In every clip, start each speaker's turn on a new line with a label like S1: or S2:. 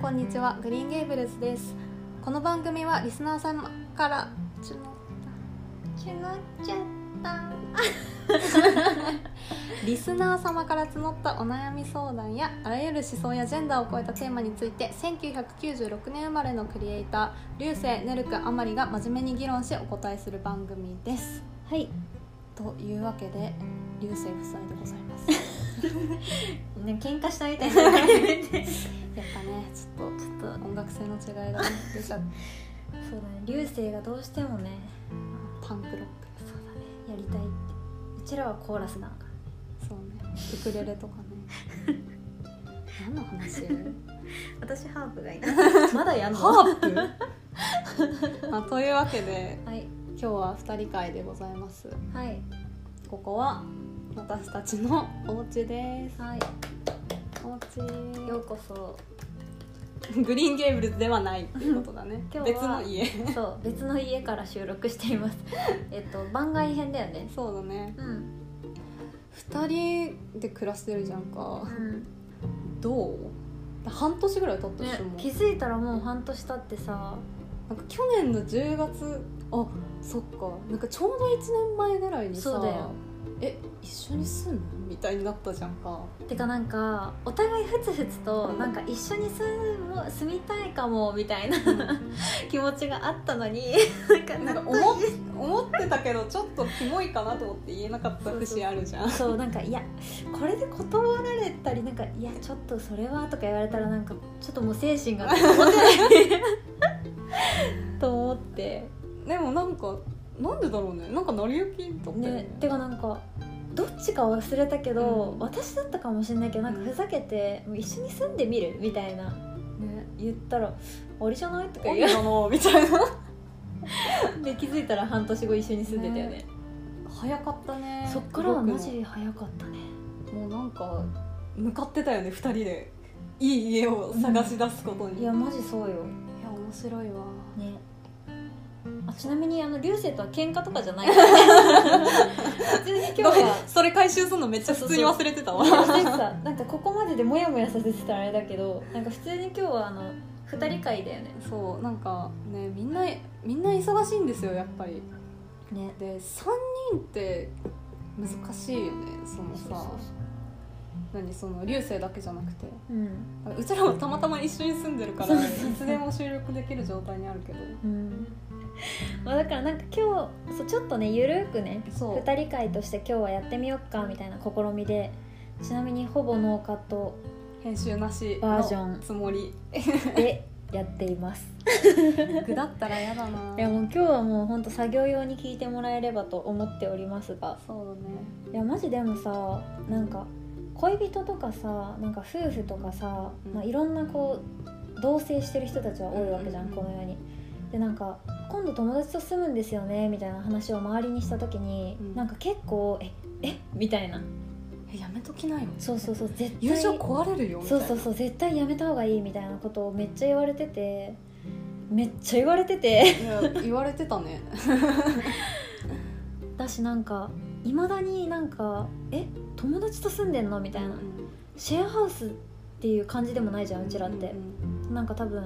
S1: こんにちはグリーンゲイブルズですこの番組はリスナー様からちのちのちゃったリスナー様から募ったお悩み相談やあらゆる思想やジェンダーを超えたテーマについて1996年生まれのクリエイター流星ねるくあまりが真面目に議論しお答えする番組です
S2: はい、
S1: というわけで流星夫妻でございます
S2: ね、喧嘩したみたいな
S1: やっぱねちょっ
S2: ちょっと
S1: と音楽性の違いがね出ちゃって
S2: そうだね流星がどうしてもね
S1: パンクロック
S2: そうだねやりたいってうちらはコーラスなのか
S1: そうねウクレレとかね何の 話
S2: 私ハープがいい まだやんの
S1: ープまあ、というわけで
S2: はい
S1: 今日は二人会でございます
S2: はい
S1: ここは私たちのお家です
S2: はい
S1: お
S2: よ
S1: 家
S2: うこそ
S1: グリーンゲーブルズではないっていうことだね
S2: 今日
S1: 別
S2: は
S1: の家
S2: そう別の家から収録してい ますえっと番外編だよね
S1: そうだね
S2: うん、
S1: 二人で暮らしてるじゃんかどう半年ぐらい経ったで
S2: ね
S1: しょ、もう
S2: 気づいたらもう半年経ってさ
S1: なんか去年の10月あそっかなんかちょうど1年前ぐらいにさ
S2: そうだよ
S1: え一緒に住むみたいになったじゃんか
S2: てかなんかお互いふつふつとなんか一緒に住む住みたいかもみたいな 気持ちがあったのになんか
S1: なんか
S2: な
S1: 思っ思ってたけどちょっとキモいかなと思って言えなかった節あるじゃ ん
S2: そうなんかいやこれで断られたりなんかいやちょっとそれはとか言われたらなんかちょっともう精神が持てない と思って
S1: でもなんかなんでだろうねなんか成り行きだったよね
S2: ねてかなんかどっちか忘れたけど、
S1: うん
S2: 私だったかもしれないけどなんかふざけて「もう一緒に住んでみる?」みたいな
S1: ね
S2: 言ったら「あれじゃない?」とか
S1: 女
S2: 言
S1: だ
S2: わ
S1: なみたいな
S2: で気づいたら半年後一緒に住んでたよね
S1: ね早かったね
S2: そっからはマ
S1: 動く
S2: ジ早かったね
S1: のもうなんか向かってたよね2人でいい家を探し出すことに、
S2: い
S1: いや
S2: やマジそうよ
S1: 面白いわ
S2: ねあちなみにあの流星とは喧嘩とかじゃない 普通に今日
S1: ごめん
S2: は
S1: それ回収するのめっちゃ普通に忘れてたわ
S2: 忘れてた なんかここまででモヤモヤさせてたらあれだけどなんか普通に今日はあの二人会だよね
S1: そうなんかねみんなみんな忙しいんですよやっぱり
S2: ね
S1: で3人って難しいよねその
S2: そうそ
S1: さ
S2: う
S1: 何その流星だけじゃなくて
S2: そううん
S1: うちらもたまたま一緒に住んでるから
S2: そう
S1: い
S2: そうそう
S1: つでも収録できる状態にあるけど
S2: うんまあだからなんか今日そうちょっとねゆるくね
S1: そう
S2: 二人会として今日はやってみよっかみたいな試みでちなみにほぼノーカット
S1: 編集なし
S2: バージョン
S1: のつもり
S2: でやっています
S1: 具だったら嫌だ ない
S2: やもう今日はもうほんと作業用に聞いてもらえればと思っておりますが
S1: そうだね
S2: いやマジでもさなんか恋人とかさなんか夫婦とかさ、
S1: うん
S2: まあ、いろんなこう同棲してる人たちは多いわけじゃ
S1: う
S2: ん、
S1: んうんうん
S2: この世に。でなんか今度友達と住むんですよねみたいな話を周りにした時に、
S1: うん
S2: なんか結構ええみたいな
S1: えやめときなよ
S2: そうそうそう絶対
S1: 友情壊れるよみた
S2: そ
S1: いうな
S2: そうそう絶対やめた方がいいみたいなことをめっちゃ言われててめっちゃ言われてて
S1: いや言われてた ね
S2: だしなんかいまだになんか「え友達と住んでんの?」みたいなシェアハウスっていう感じでもないじゃんうちらって
S1: うん、
S2: なんか多分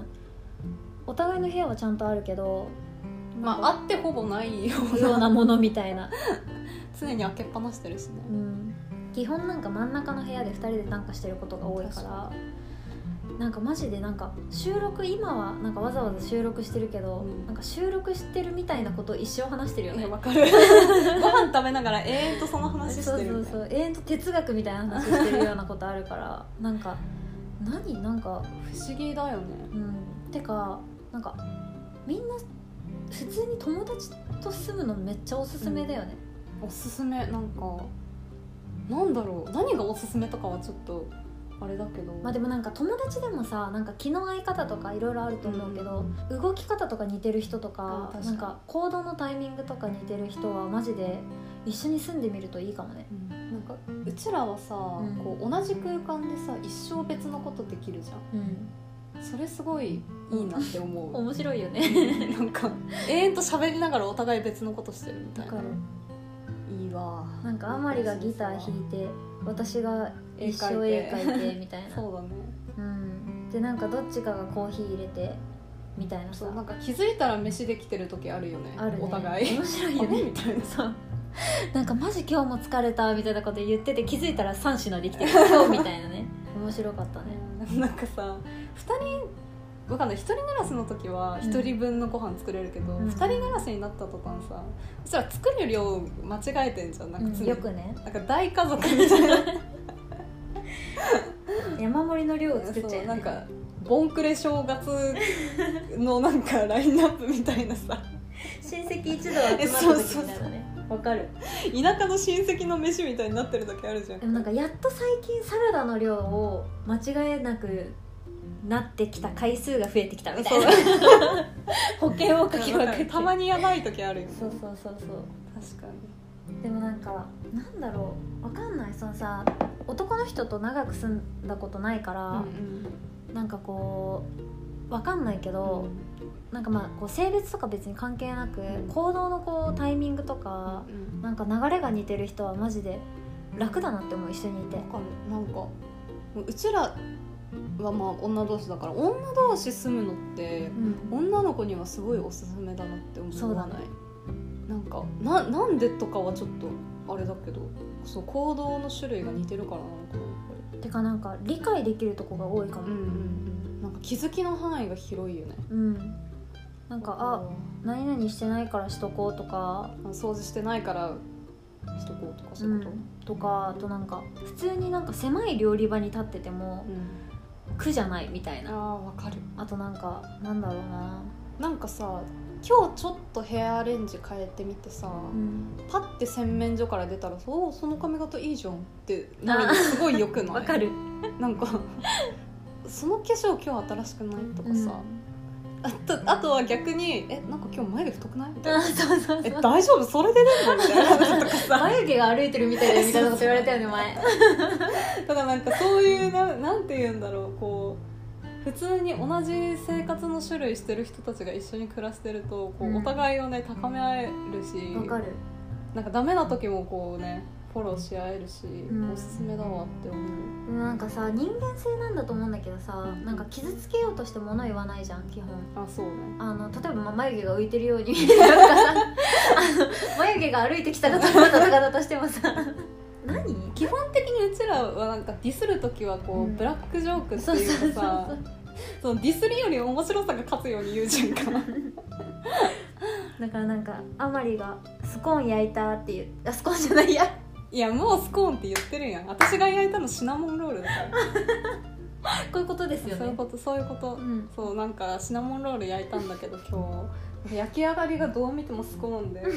S2: お互いの部屋はちゃんとある けど
S1: まああってほぼないような
S2: ようなものみたいな、
S1: 常に開けっぱなしてるしね
S2: うん、基本なんか真ん中の部屋で2人でなんかしてることが多いからなんかマジでなんか収録今はなんかわざわざ収録してるけど、
S1: うん
S2: なんか収録してるみたいなことを一生話してるよね
S1: いやわ かるご飯食べながら永遠とその話してるみたい
S2: そうそう
S1: な
S2: そう永遠と哲学みたいな話してるようなことあるから なんか何なんか
S1: 不思議だよね
S2: うんてかなんかみんな普通に友達と住むのめっちゃおすすめだよね、
S1: おすすめなんかなんだろう何がおすすめとかはちょっとあれだけど
S2: まあでもなんか友達でもさなんか気の合い方とかいろいろあると思うけど、動き方とか似てる人と
S1: あ
S2: か
S1: 確かに
S2: なんか行動のタイミングとか似てる人はマジで一緒に住んでみるといいかもね
S1: うんなんかうちらはさ、
S2: ん
S1: こう同じ空間でさ一生別のことできるじゃ
S2: うん
S1: んそれすごいいいなって思 う
S2: 面白いよね
S1: なんか永遠と喋りながらお互い別のことしてるみた
S2: だ
S1: い
S2: か
S1: な
S2: ら
S1: いいわ
S2: なんかあまりがギ ター弾いて私が一生絵描いてみたいな
S1: そうだね
S2: うんでなんかどっちかがコーヒー入れてみたいなさ
S1: そうなんか気づいたら飯できてる時あるよね
S2: あるね
S1: お互い
S2: 面白い
S1: あ
S2: よ
S1: れ
S2: ね
S1: みた いな
S2: そうなんかマジ今日も疲れたみたいなこと言ってて気づいたら3品で きてる今日みたいなね面白かったね
S1: うんなんかさ2人わかんない1人暮らしの時は
S2: うん
S1: 1人分のご飯作れるけど、
S2: うん
S1: 2人暮らしになった途端さそしたら作る量間違えてんじゃんなんか
S2: うん
S1: 常に
S2: よくね
S1: なんか大家族みたいな
S2: 山盛りの量を作っちゃう,、
S1: そ
S2: ね、
S1: うなんかボンクレ正月のなん かラインナップみたいなさ
S2: 親戚一同集まった時みたいなねわかる
S1: 田舎の親戚の飯みたいになってる時あるじゃん
S2: でもなんかやっと最近サラダの量を間違えなくなってきた回数が増えてきたみたい な保険をかきまく って
S1: たまにやばい時あるよね
S2: そうそうそうそう
S1: 確かに
S2: でもなんかなんだろうわかんないそのさ男の人と長く住んだことないから、なんかこうわかんないけど、なんかまあこう性別とか別に関係なく行動のこうタイミングとかなんか流れが似てる人はマジで楽だなって思う一緒にいて
S1: わかるなんかうちらはまあ女同士だから女同士住むのって
S2: うん
S1: 女の子にはすごいおすすめだなって
S2: そう
S1: 思わ
S2: だ
S1: な
S2: ね
S1: い、なんかななんでとかはちょっとあれだけどそう行動の種類が似てるからなのかなやって
S2: かなんか理解できるとこが多いか
S1: ぱ
S2: も
S1: りうんうんうんなんか気づきの範囲が広いよね
S2: うん、なんかあ何々してないからしとこうとか
S1: あ掃除してないからしとこうとかそういうこと、
S2: うんとかあとなんか普通になんか狭い料理場に立ってても苦じゃないみたい
S1: あ
S2: な
S1: あわかる
S2: あとなんかなんだろうな、
S1: なんかさ今日ちょっとヘアアレンジ変えてみてさ、
S2: うん、
S1: パッて洗面所から出たら「おおその髪型いいじゃん」ってなるのすごいよくない
S2: わかる
S1: なんかその化粧今日新しくないとかさ、
S2: う
S1: あとあとは逆に「えなんか今日眉毛太くない?」みたい
S2: んあ
S1: な
S2: そうそう
S1: 「え
S2: そう
S1: 大丈夫それで出るの?」みたいなとかさ
S2: 眉毛が歩いてるみたいだよみたいなこと言われたよね 前
S1: ただなんかそういうななんて言うんだろうこう普通に同じ生活の種類してる人たちが一緒に暮らしてるとこ
S2: う
S1: うんお互いをね高め合えるし、
S2: わかる
S1: なんかダメな時もこうねフォローし合えるし、
S2: ん
S1: おすすめだわって思う。
S2: でもなんかさ人間性なんだと思うんだけどさなんか傷つけようとして物言わないじゃん基本
S1: あそうね
S2: あの例えばまあ眉毛が浮いてるように見えるとかさあの眉毛が歩いてきたかと思った方だとしてもさ何
S1: 基本的にうちらはなんかディスる時はこう、
S2: うん
S1: ブラックジョークって
S2: そうそうそ
S1: いうう
S2: そ
S1: かさ
S2: う
S1: そのディスりより面白さが勝つように言うじゃ んか
S2: だからなんかあまりが「スコーン焼いた」っていうあスコーンじゃないや
S1: いやもうスコーンって言ってるやん私が焼いたのシナモンロールだから
S2: こういうことですよ
S1: そういう
S2: ね
S1: ことそういうこと、
S2: うん
S1: そうなんかシナモンロール焼いたんだけど今日焼き上がりがどう見てもスコーンで もう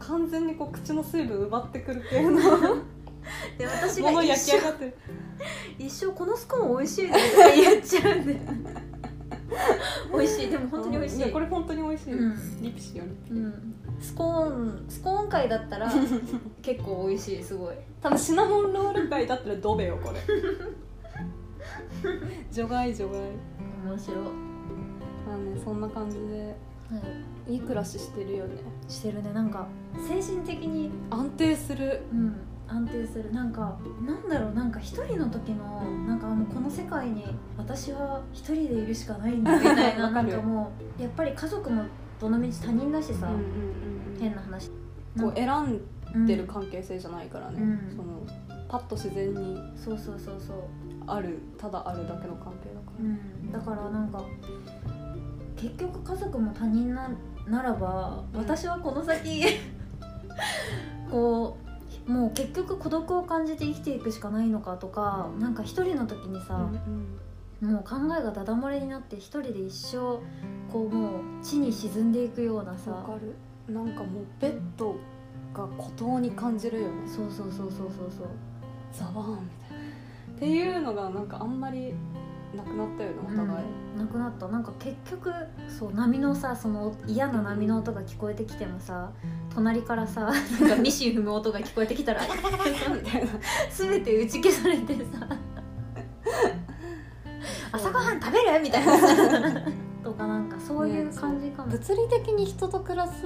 S1: 完全にこう口の水分奪ってくる系のも
S2: で私が
S1: の
S2: 一
S1: 焼き上
S2: 生
S1: がってる
S2: 一生このスコーン美味しいですって言っちゃうんで美味しいでも本当に美味しい
S1: やこれ本当に美味しい、
S2: うん
S1: リピシより
S2: うん、スコーンスコーン界だったら結構美味しいすごい
S1: 多分シナモンロール界だったらドベよこれ 除外除外
S2: 面白い、
S1: まあねそんな感じで
S2: はい
S1: い暮らししてるよね
S2: い、してるねなんか精神的に、
S1: 安定する
S2: うん、安定するなんかなんだろうなんか一人の時のなんかあもうこの世界に私は一人でいるしかないんだみたいな
S1: わか
S2: な
S1: る
S2: んかも うやっぱり家族もどの道他人だしさ、変な話
S1: こう選
S2: うん
S1: んでる関係性じゃないからね、
S2: うん
S1: そのパッと自然に
S2: そうそうそうそう
S1: あるただあるだけの関係だか
S2: だからなんか結局家族も他人なならば
S1: うん
S2: 私はこの先 こうもう結局孤独を感じて生きていくしかないのかとかなんか一人の時に
S1: ら、
S2: さ、もう考えがダダ漏れになって一人で一生こうもう地に沈んでいくような
S1: わ
S2: さ
S1: かるなんかもうベッドが孤島に感じるよね
S2: そうそうそうそうそうそう
S1: ザワーンみたいなっていうのがなんかあんまりなくなったよねお互い、
S2: うんなくなったなんか結局そう波のさその嫌な波の音が聞こえてきてもさ隣か らさなんかミシン踏む音が聞こえてきたら
S1: みたいな
S2: 全て打ち消されてさ朝ごはん食べるみたいなさ とかなんかそういう感じかも、
S1: 物理的に人と暮らす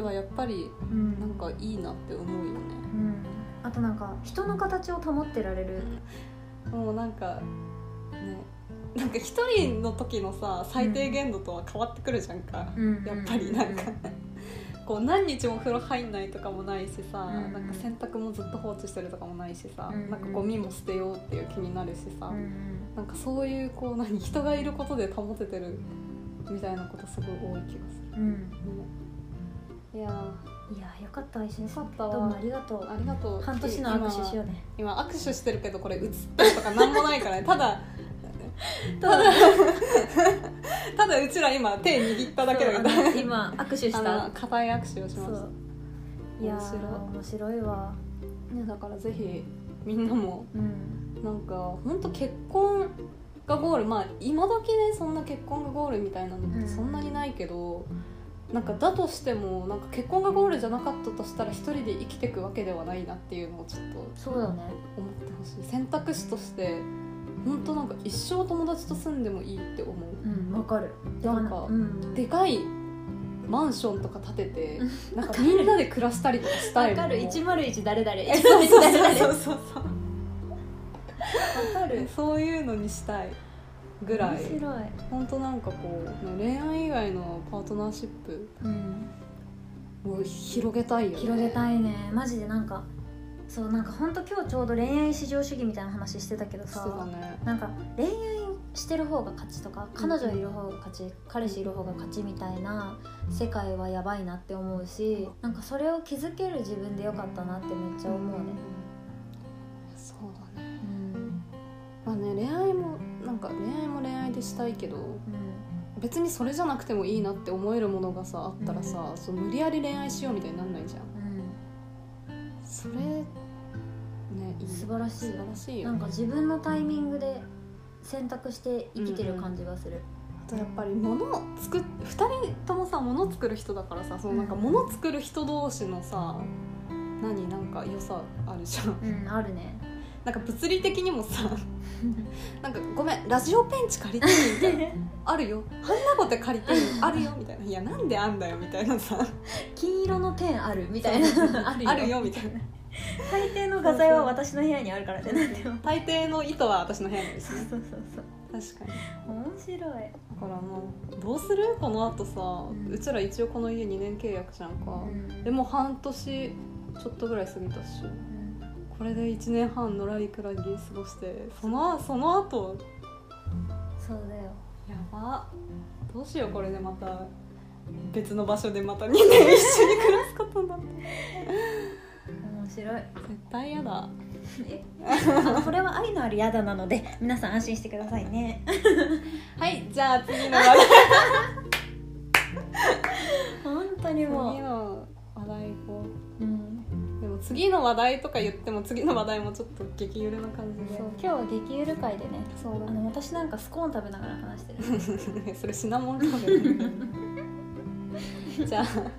S1: はやっぱり
S2: うん
S1: なんかいいなって思うよね
S2: うんあとなんか人の形を保ってられる
S1: もうなんかねなんか一人の時のさ最低限度とは変わってくるじゃんか、
S2: うん
S1: やっぱりなんかこう何日も風呂入んないとかもないしさ、
S2: うん
S1: なんか洗濯もずっと放置してるとかもないしさ、
S2: うん
S1: なんかゴミも捨てようっていう気になるしさ、
S2: うんうん
S1: なんかそういうこう何人がいることで保ててるみたいなことすごい多い気がす
S2: うん
S1: る、いやー
S2: いやよかったわ石井さん
S1: よかった
S2: ど
S1: わ
S2: うもありがとう
S1: ありがとう
S2: 半年の
S1: 今
S2: 握手しようね
S1: 今握手してるけどこれ映ったりとかなんもないからねただ
S2: ただ
S1: ただうちら今手握っただけだけど
S2: そうあの 今握手し
S1: あの
S2: た
S1: 固い握手をし
S2: そ
S1: ました
S2: ういや
S1: 面白い
S2: ー面白いわ
S1: ねだからぜひみんなも
S2: うん
S1: なんか本当結婚がゴールまあ今時ねそんな結婚がゴールみたいなのってそんなにないけど、なんかだとしてもなんか結婚がゴールじゃなかったとしたら一人で生きていくわけではないなっていうのをちょっと
S2: そうだね
S1: 思ってほしい選択肢として本当なんか一生友達と住んでもいいって思う
S2: うんわかる
S1: なんか
S2: うん
S1: でかいマンションとか建ててなんかみんなで暮らしたりとかしたい
S2: わかる
S1: もう
S2: 101誰々
S1: えそうそう
S2: 誰々わ
S1: そうそうそう
S2: かる
S1: そういうのにしたいぐら
S2: 面
S1: い
S2: 白い
S1: 本当なんかこう、ね、恋愛以外のパートナーシップ
S2: うん
S1: を広げたいよね
S2: 広げたいねマジでなんかそうなんかほんと今日ちょうど恋愛至上主義みたいな話してたけど
S1: して
S2: さ
S1: たね
S2: なんか恋愛してる方が勝ちとか彼女いる方が勝ち、彼氏いる方が勝ちみたいな世界はやばいなって思うしなんかそれを気づける自分でよかったなってめっちゃ思うね、
S1: そうだね
S2: うん
S1: まあね恋愛もなんか恋愛も恋愛でしたいけど
S2: うん
S1: 別にそれじゃなくてもいいなって思えるものがさあったらさ、そう無理やり恋愛しようみたいになんないじゃんそれねいい
S2: 素晴らしい
S1: 素晴らしい
S2: うん、
S1: よ
S2: なんか自分のタイミングで選択して生きてる感じがする、
S1: あとやっぱり物を作っ2人ともさ物作る人だからさそのなんか
S2: うん
S1: 物作る人同士のさ何なんか良さあるじゃん
S2: うんある ね
S1: なんか物理的にもさ なんかごめんラジオペンチ借りてみたいな あるよあんなこと借 りてあるよみたいないやなんであんだよみたいなさ
S2: 金色のペンあるみたいなある
S1: あるよみたい な
S2: 大抵の画材は私の部屋にあるからねなんでも
S1: 大抵の糸は私の部屋にです
S2: そう
S1: ね
S2: そうそうそう
S1: 確かに
S2: 面白い
S1: だからもうどうするこのあとさ、
S2: う
S1: うんちら一応この家2年契約じゃんか、でもう半年ちょっとぐらい過ぎたっしょ
S2: うん
S1: これで1年半のらりくらり過ごしてそのその後
S2: そうだよ
S1: やばどうしようこれでまた別の場所でまた2年一緒に暮らすことになって
S2: 面白い
S1: 絶対嫌だ
S2: えあこれは愛のあるやだなので皆さん安心してくださいね
S1: はいじゃあ次の話 題
S2: 本当に
S1: 次
S2: も
S1: の話題行こ
S2: う、うん、
S1: うでも次の話題とか言っても次の話題もちょっと激ゆるな感じで
S2: そう今日は激ゆる会でね
S1: そう
S2: あ
S1: だ
S2: の
S1: ね
S2: 私なんかスコーン食べながら話してる
S1: それシナモンカフェだね じゃあ読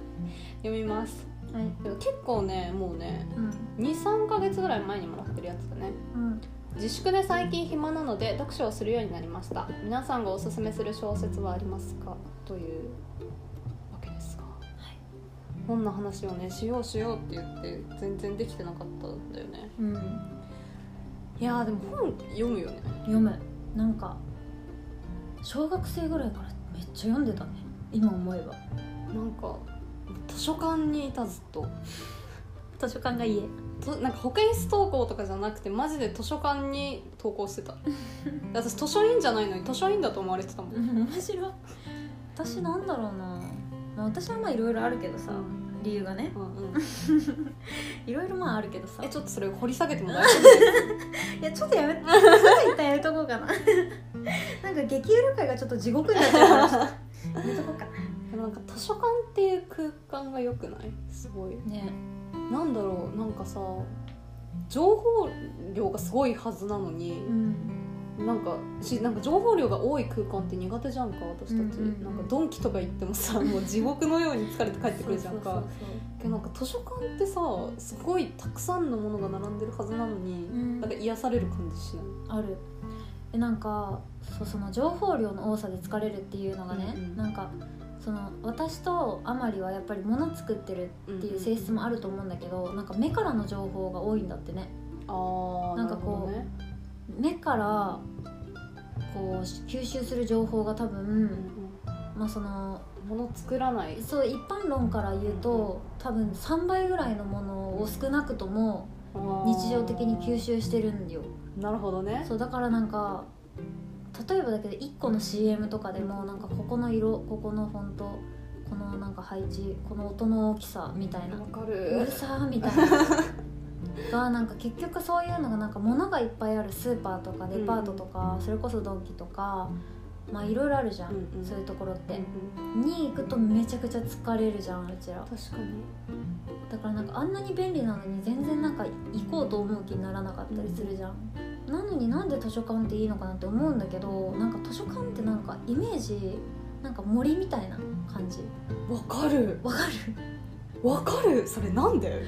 S1: みます
S2: はい
S1: でも結構ねもうね
S2: うん
S1: 23ヶ月ぐらい前にもらってるやつだね
S2: うん
S1: 自粛で最近暇なので読書をするようになりました皆さんがおすすめする小説はありますかというわけですが、本の話をねしようしようって言って全然できてなかったんだよね
S2: うん
S1: いやーでも本読むよね
S2: 読むなんか小学生ぐらいからめっちゃ読んでたね今思えば
S1: なんか図書館にいたずっと
S2: 図書館が家
S1: となんか保健室登校とかじゃなくてマジで図書館に登校して た私図書院じゃないのに図書院だと思われてたもん、
S2: 面白い私なんだろうな、まあ、私はまあいろいろあるけどさ、
S1: うん
S2: 理由がね
S1: うんうん、
S2: いろいろまああるけどさ
S1: え
S2: え
S1: ちょっとそれ掘り下げても大丈夫
S2: いやちょっとやめてちょっと一旦やめとこうかな なんか激ゆる会がちょっと地獄になっちゃいま したやめとこうか
S1: でもなんか図書館っていう空間が良くないすごい
S2: ね
S1: なんだろうなんかさ情報量がすごいはずなのに
S2: う、ん
S1: なんかしなんか情報量が多い空間って苦手じゃんか私たち、
S2: うんうんうん
S1: なんかドンキとか行っても さもう地獄のように疲れて帰ってくるじゃんか
S2: そう
S1: けどなんか図書館ってさすごいたくさんのものが並んでるはずなのに、
S2: うん
S1: なんか癒される感じしない
S2: そうそうあるえなんかそうその情報量の多さで疲れるっていうのがね、
S1: うんうん
S2: なんかその私とあまりはやっぱり物作ってるっていう性質もあると思うんだけど、なんか目からの情報が多いんだってね
S1: あー
S2: なんか
S1: なるほ
S2: こう
S1: どね
S2: 目からこう吸収する情報が多分、まあその
S1: もの作らない
S2: そう一般論から言うと多分3倍ぐらいのものを少なくとも日常的に吸収してるんよ
S1: なるほどね
S2: そうだからなんか例えばだけど1個の CM とかでもなんかここの色ここのフォントこのなんか配置この音の大きさみたいな
S1: わか
S2: う
S1: る
S2: るさーみたいな がなんか結局そういうのがなんか物がいっぱいあるスーパーとかデパートとか、それこそドンキとかまあいろいろあるじゃん、
S1: うんうん
S2: そういうところって
S1: うん、
S2: に行くとめちゃくちゃ疲れるじゃんうちら
S1: 確かに
S2: だからなんかあんなに便利なのに全然なんか行こうと思う気にならなかったりするじゃん、なのになんで図書館っていいのかなって思うんだけどなんか図書館ってなんかイメージなんか森みたいな感じ
S1: わかる
S2: わか
S1: わかるそれなんで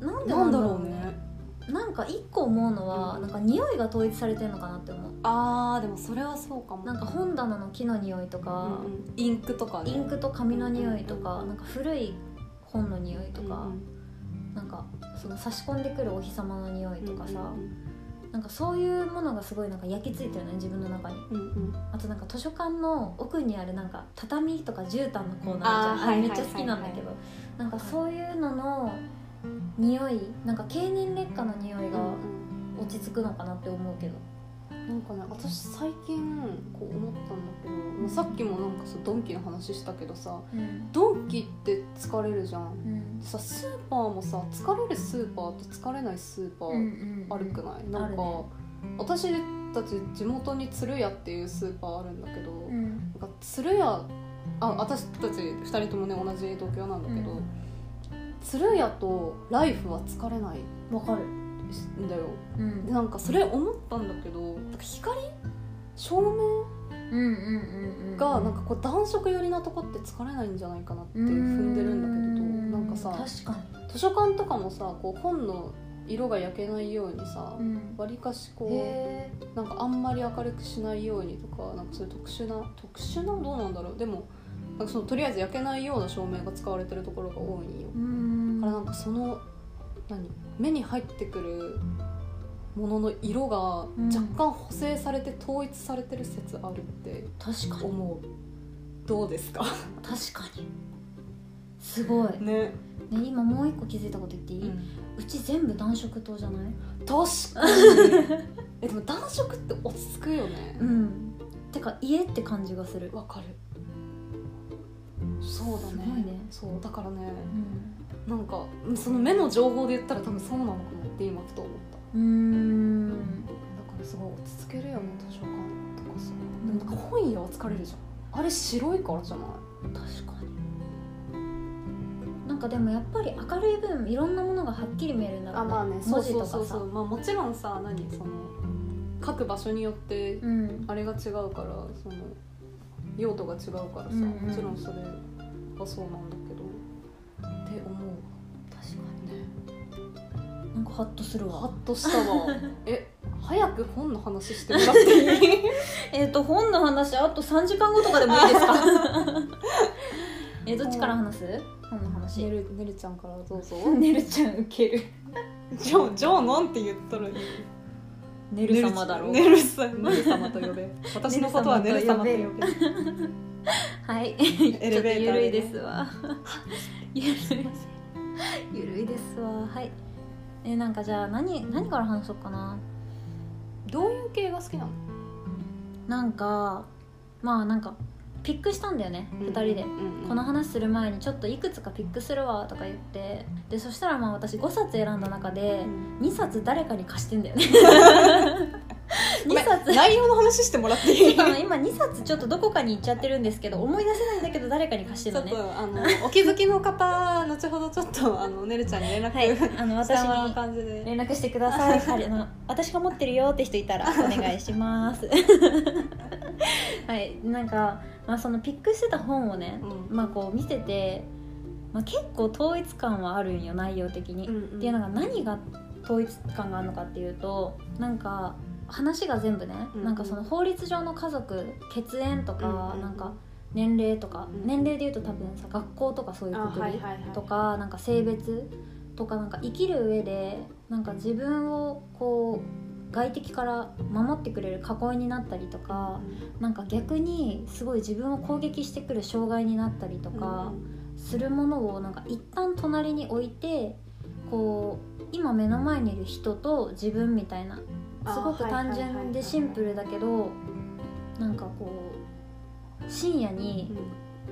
S2: るなんで
S1: なんだろ
S2: う
S1: うね
S2: なんか一個思うのはなんか匂いが統一されてるのかなって思う
S1: あーでもそれはそうかも
S2: なんか本棚の木の匂いと
S1: う
S2: か
S1: ん、うんインクとかね
S2: インクと紙の匂いとかなんか古い本の匂いとか、
S1: うん
S2: なんかその差し込んでくるお日様の匂い
S1: うん
S2: とかさ、
S1: うん
S2: なんかそういうものがすごいなんか焼き付いてるね自分の中に
S1: うんうん
S2: あとなんか図書館の奥にあるなんか畳とか絨毯のコーナーあるじゃん
S1: あーはい
S2: あれめっちゃ好きなんだけど、なんかそういうのの匂いなんか経年劣化の匂いが落ち着くのかなって思うけど
S1: なんかね私最近こう思ったんだけどもうさっきもなんかそうドンキの話したけどさ
S2: うん、
S1: ドンキって疲れるじゃん
S2: うん
S1: さスーパーもさ疲れるスーパーと疲れないスーパーあるくない、なんか、
S2: あるね
S1: 私たち地元に鶴屋っていうスーパーあるんだけど、
S2: うんうん
S1: なんか鶴屋あ私たち2人ともね同じ東京なんだけど、
S2: うん
S1: 鶴屋とライフは疲れない
S2: わかる、
S1: んだよ
S2: うん、
S1: でなんかそれ思ったんだけどなんか光照明
S2: うんうんうんうん
S1: がなんかこう暖色寄りなとこって疲れないんじゃないかなって踏んでるんだけど
S2: う
S1: なんかさ
S2: 確か
S1: 図書館とかもさこう本の色が焼けないようにさ
S2: に、うん、
S1: わりかしこ
S2: へ
S1: うなんかあんまり明るくしないようにとかなんかそういう特殊な特殊などうなんだろうでもなんかそのとりあえず焼けないような照明が使われてるところが多いんよ
S2: えうん
S1: だからなんかその何目に入ってくるものの色が
S2: ん
S1: 若干補正されて統一されてる説あるって
S2: 確かに
S1: 思うどうですか
S2: 確かにすごい、
S1: ね、
S2: ね、今もう一個気づいたこと言っていい、うち全部暖色灯じゃない
S1: 確かにえでも暖色って落ち着くよね
S2: んてか家って感じがする
S1: わかるそうだね
S2: すごいね
S1: そうだからね
S2: うん
S1: なんかその目の情報で言ったら多分そうなのかなって今ふと思った
S2: うーん
S1: だからすごい落ち着けるよね図書館とかさでもなんか本屋は疲れるじゃんあれ白いからじゃない
S2: 確かになんかでもやっぱり明るい分いろんなものがはっきり見えるんだろうね文字とかさ
S1: まあもちろんさ何その各場所によって
S2: うん
S1: あれが違うからその用途が違うからさ、
S2: うんうん
S1: もちろんそれはそうなんだけどって思う
S2: 確か
S1: ね
S2: になんかハッとする
S1: ハ
S2: わ
S1: ッとした わえ早く本の話してもら っていい
S2: えっ、と本の話あと3時間後とかでもいいです かえどっちから話す本の
S1: ね
S2: 話
S1: るねるちゃんからどう ぞ
S2: ねるちゃんウケる
S1: ジョージョーなんて言ったらいい
S2: ねる様だろう
S1: ねるさんねる様と呼べ私のことはね
S2: ね
S1: る
S2: る
S1: 様と
S2: 様と
S1: 呼
S2: 呼
S1: べ
S2: べはい、 ちょっと
S1: エレベーターでね
S2: ゆるいですわ。ゆるい、 ゆるいですわ。はい。え、なんかじゃあ何何から話そうかな。
S1: どういう系が好きなの
S2: なんかまあなんかピックしたんだよね、二人で
S1: う。んうん
S2: この話する前にちょっといくつかピックするわとか言ってでそしたらまあ私5冊選んだ中で2冊誰かに貸してんだよね
S1: ご
S2: 2
S1: めん
S2: 冊
S1: 内容の話してもらっていいち
S2: あの今2冊ちょっとどこかに行っちゃってるんですけど思い出せないんだけど誰かに貸してる
S1: ょ
S2: の
S1: っ
S2: ね
S1: とあのお気づきの方後ほどちょっとあのねるちゃんに連絡、
S2: はい、あの
S1: し
S2: 私
S1: てもらう
S2: に
S1: 感じで
S2: 連絡してください。あの私が持ってるよって人 いたらお願いします。はい、なんかまあそのピックしてた本をね、
S1: うん
S2: まあこう見てて、まあ結構統一感はあるんよ内容的に。
S1: うんうん
S2: っていうのが何が統一感があるのかっていうと、なんか話が全部ね、
S1: うん
S2: なんかその法律上の家族、血縁とか、
S1: うんうん
S2: なんか年齢とか、
S1: うん
S2: 年齢でいうと多分さ学校とかそういう
S1: あ
S2: くくり。
S1: はいはいはい
S2: とかなんか性別とかなんか生きる上でなんか自分をこう外敵から守ってくれる囲いになったりとかなんか逆にすごい自分を攻撃してくる障害になったりとかするものをなんか一旦隣に置いてこう今目の前にいる人と自分みたいなすごく単純でシンプルだけどなんかこう深夜に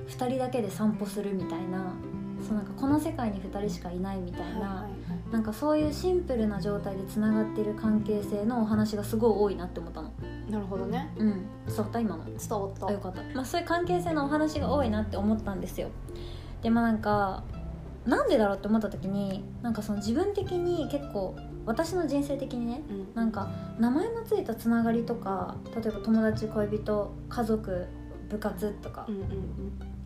S2: 2人だけで散歩するみたいなそうなんかこの世界に2人しかいないみたいな。なんかそういうシンプルな状態でつながってる関係性のお話がすごい多いなって思ったの
S1: なるほどね
S2: うん伝わった今の
S1: 伝わった
S2: あよかった、まあ、そういう関係性のお話が多いなって思ったんですよでもなんかなんでだろうって思った時になんかその自分的に結構私の人生的にね
S1: うん
S2: なんか名前のついたつながりとか例えば友達恋人家族部活とか
S1: うんうんうん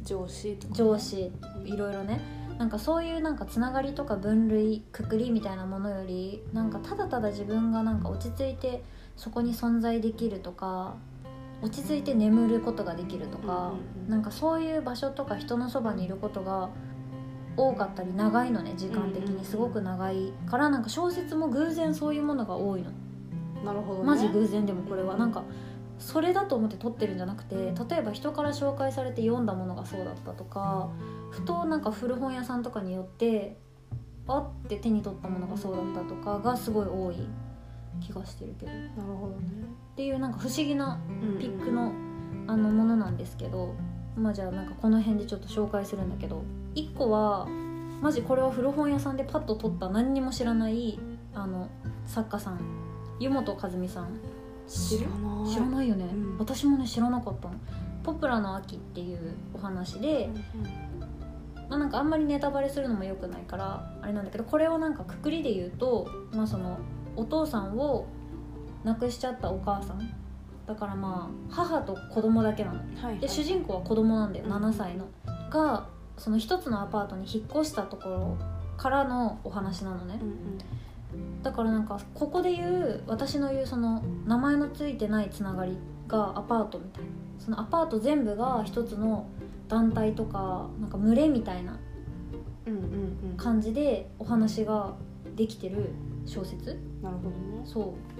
S1: 上司とか
S2: 上司いろいろねなんかそういうなんかつながりとか分類くくりみたいなものよりなんかただただ自分がなんか落ち着いてそこに存在できるとか落ち着いて眠ることができるとか、
S1: うんうんうん
S2: なんかそういう場所とか人のそばにいることが多かったり長いのね時間的
S1: うんうん
S2: にすごく長いからなんか小説も偶然そういうものが多いの
S1: なるほどね
S2: マジ偶然でもこれは
S1: うん
S2: なんかそれだと思って撮ってるんじゃなくて例えば人から紹介されて読んだものがそうだったとかふとなんか古本屋さんとかによってあって手に取ったものがそうだったとかがすごい多い気がしてるけどっ
S1: なるほどね
S2: ていうなんか不思議なピック
S1: うん
S2: のあのものなんですけどまあじゃあなんかこの辺でちょっと紹介するんだけど1個はマジこれは古本屋さんでパッと撮った何にも知らないあの作家さん湯本和美さん
S1: 知らない
S2: 知らないよね、
S1: うん
S2: 私もね知らなかったの「ポプラの秋」っていうお話で、まあ、なんかあんまりネタバレするのも良くないからあれなんだけどこれをなんかくくりで言うと、まあ、そのお父さんを亡くしちゃったお母さんだからまあ母と子供だけなの
S1: うんはい
S2: で主人公は子供なんだよ
S1: うん
S2: 7歳のがその一つのアパートに引っ越したところからのお話なのね、
S1: うんうん
S2: だからなんかここで言う私の言うその名前のついてないつながりがアパートみたいなそのアパート全部が一つの団体とかなんか群れみたいな
S1: うんうんうん
S2: 感じでお話ができてる小説
S1: なるほどね
S2: そう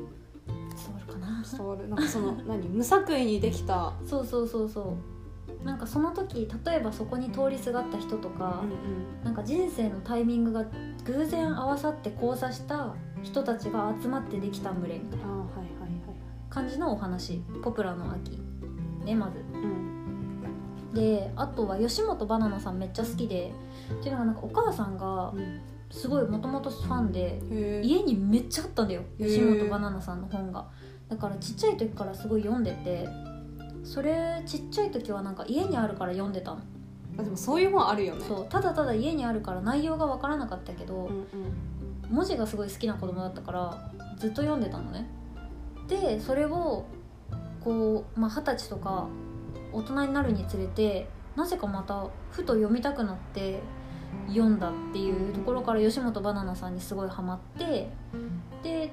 S2: 伝わるかな
S1: 伝わるなんか その何無作為にできた
S2: そうそうそうそうなんかその時例えばそこに通りすがった人とか、
S1: ん
S2: なんか人生のタイミングが偶然合わさって交差した人たちが集まってできた群れみたいな
S1: ああはいはいは
S2: 感じのお話「ポプラの秋」ねまず
S1: いはいうん
S2: であとは吉本ばななさんめっちゃ好きでっていうのがなんかお母さんが
S1: うん
S2: すごいもともとファンで
S1: へえ
S2: 家にめっちゃあったんだよ
S1: へー
S2: 吉本ばななさんの本がだからちっちゃい時からすごい読んでてそれちっちゃい時はなんか家にあるから読んでたの
S1: あでもそういう本あるよねう
S2: そうただただ家にあるから内容がわからなかったけど
S1: んうん
S2: 文字がすごい好きな子供だったからずっと読んでたのねでそれをこうまあ二十、歳とか大人になるにつれてなぜかまたふと読みたくなって読んだっていうところから吉本ばななさんにすごいハマってで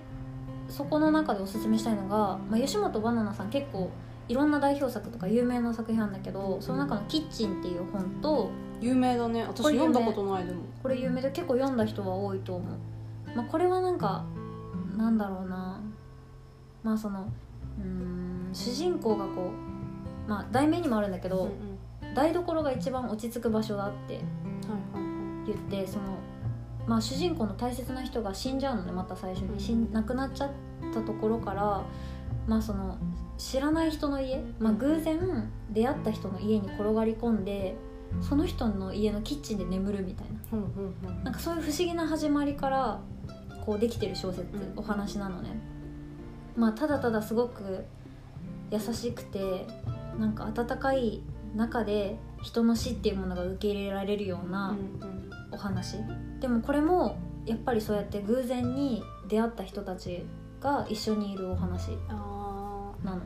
S2: そこの中でおすすめしたいのが、まあ、吉本ばななさん結構いろんな代表作とか有名な作品なんだけどその中の「キッチン」っていう本と
S1: 有名だね私
S2: これ
S1: 読
S2: 有
S1: ん
S2: 名
S1: だことないでも
S2: これ有名で結構読んだ人は多いと思う、まあ、これはなんかなんだろうなまあそのうーん主人公がこうまあ題名にもあるんだけど、
S1: ん
S2: 台所が一番落ち着く場所だって
S1: うんはいはいはい
S2: 言ってその、まあ、主人公の大切な人が死んじゃうのねまた最初に死ん亡くなっちゃったところから、まあ、その知らない人の家、まあ、偶然出会った人の家に転がり込んでその人の家のキッチンで眠るみたいな。
S1: うんうんうん
S2: なんかそういう不思議な始まりからこうできてる小説、
S1: うん
S2: お話なのね、まあ、ただただすごく優しくてなんか温かい中で人の死っていうものが受け入れられるよう
S1: う
S2: なん
S1: うん
S2: お話、でもこれもやっぱりそうやって偶然に出会った人たちが一緒にいるお話
S1: あ
S2: なの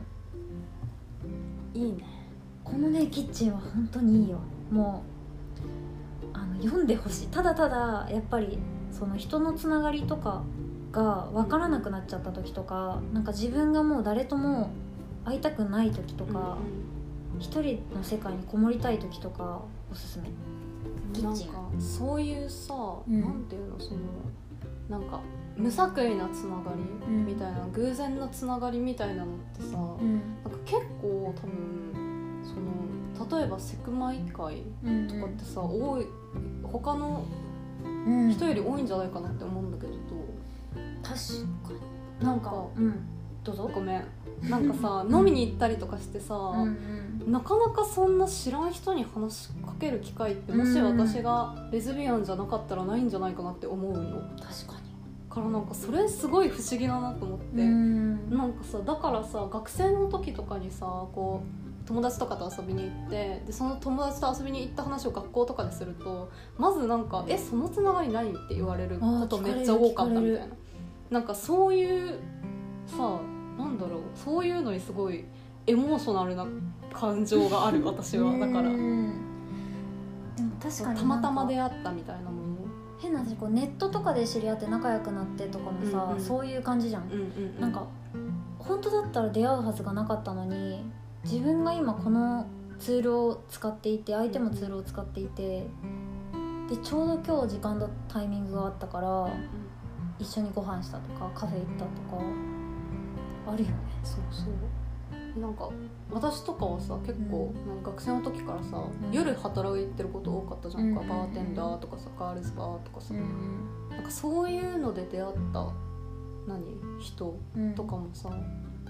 S1: ーいいね
S2: このねキッチンは本当にいいよもうあの読んでほしいただただやっぱりその人のつながりとかが分からなくなっちゃった時とかなんか自分がもう誰とも会いたくない時とか一、人の世界にこもりたい時とかおすすめ
S1: うん
S2: キッチ
S1: な
S2: ン
S1: んかそういうさ、
S2: うん
S1: なんていうのそのなんか無作為なつながり
S2: うん
S1: みたいな偶然のつながりみたいなのってさなんか
S2: うん
S1: 結構多分その例えばセクマイ会
S2: うん
S1: とかってさ多い他の
S2: うん
S1: 人より多いんじゃないかなって思うんだけどどう
S2: 確かに
S1: なんか
S2: うんどうぞ
S1: ごめんなんかさ飲みに行ったりとかしてさ、
S2: うんうん
S1: なかなかそんな知らん人に話しかける機会ってもし私がレズビアンじゃなかったらないんじゃないかなって思うのだ
S2: 確か
S1: からなんかそれすごい不思議だなと思って、
S2: にうん
S1: なんかさだからさ学生の時とかにさこう友達とかと遊びに行ってでその友達と遊びに行った話を学校とかでするとまずなんか「えそのつながり何?」って言われること
S2: あー聞かれる
S1: めっちゃ多かったみ
S2: 聞
S1: た
S2: か
S1: いななんかそういうさなんだろうそういうのにすごいエモーショナルな感情がある私はだか
S2: う
S1: ら
S2: んでも確かに
S1: たまたま
S2: で
S1: 出会ったみたいなもの
S2: 変な話こうネットとかで知り合って仲良くなってとかもさ、
S1: うんうん
S2: そういう感じじゃん、
S1: うんうんう
S2: なんか本当だったら出会うはずがなかったのに自分が今このツールを使っていて相手もツールを使っていてでちょうど今日時間とタイミングがあったから一緒にご飯したとかカフェ行ったとかあるよね
S1: そうそうなんか私とかはさ結構、なんか学生の時からさ、
S2: ん
S1: 夜働いてること多かったじゃんか、
S2: うん
S1: バーテンダーとかさガールズバーとかさ、
S2: ん、
S1: なんかそういうので出会った何人
S2: うん、
S1: とかもさ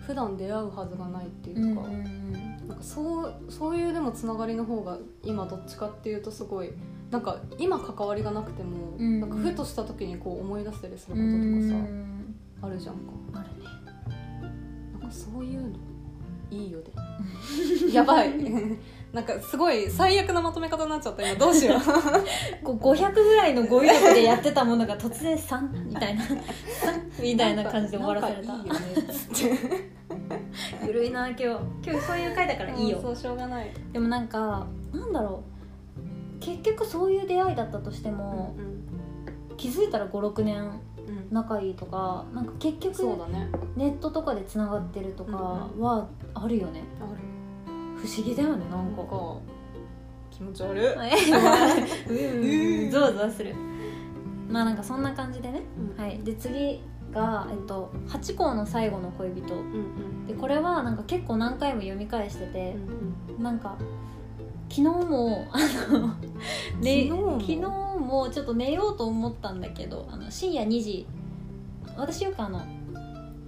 S1: 普段出会うはずがないっていう
S2: うん
S1: か,、
S2: うん
S1: なんかそうそういうでもつながりの方が今どっちかっていうとすごいなんか今関わりがなくても、
S2: うん
S1: なんかふとした時にこう思い出したりするこ
S2: う
S1: ととかさ、
S2: ん
S1: あるじゃんか。
S2: あるね
S1: なんかそういうのいいよねやばいなんかすごい最悪なまとめ方になっちゃった今どうしよう
S2: こう500ぐらいの語彙力でやってたものが突然3みたいなみたいな感じで終わらされた
S1: なんかいいよねつって
S2: ゆるいな今日今日そういう回だからいい
S1: もうそ
S2: よ
S1: うしょうがない
S2: でもなんかなんだろう結局そういう出会いだったとしても、
S1: ん
S2: 気づいたら56年
S1: うん
S2: 仲いいとかなんか結
S1: そう
S2: 局
S1: だね
S2: ネットとかでつながってるとかはあるよね
S1: ある
S2: 不思議だよねなん
S1: なん
S2: か
S1: か 気持ち悪い、
S2: えうん
S1: うん
S2: ゾワゾワするまあなんかそんな感じでね
S1: うん
S2: はいで次が、えっと、8項の最後の恋人
S1: うんうん
S2: でこれはなんか結構何回も読み返してて
S1: うんう、ん
S2: なんか昨日もあ の、ね、
S1: 昨日も
S2: 昨日もちょっと寝ようと思ったんだけどあの深夜2時私よくあの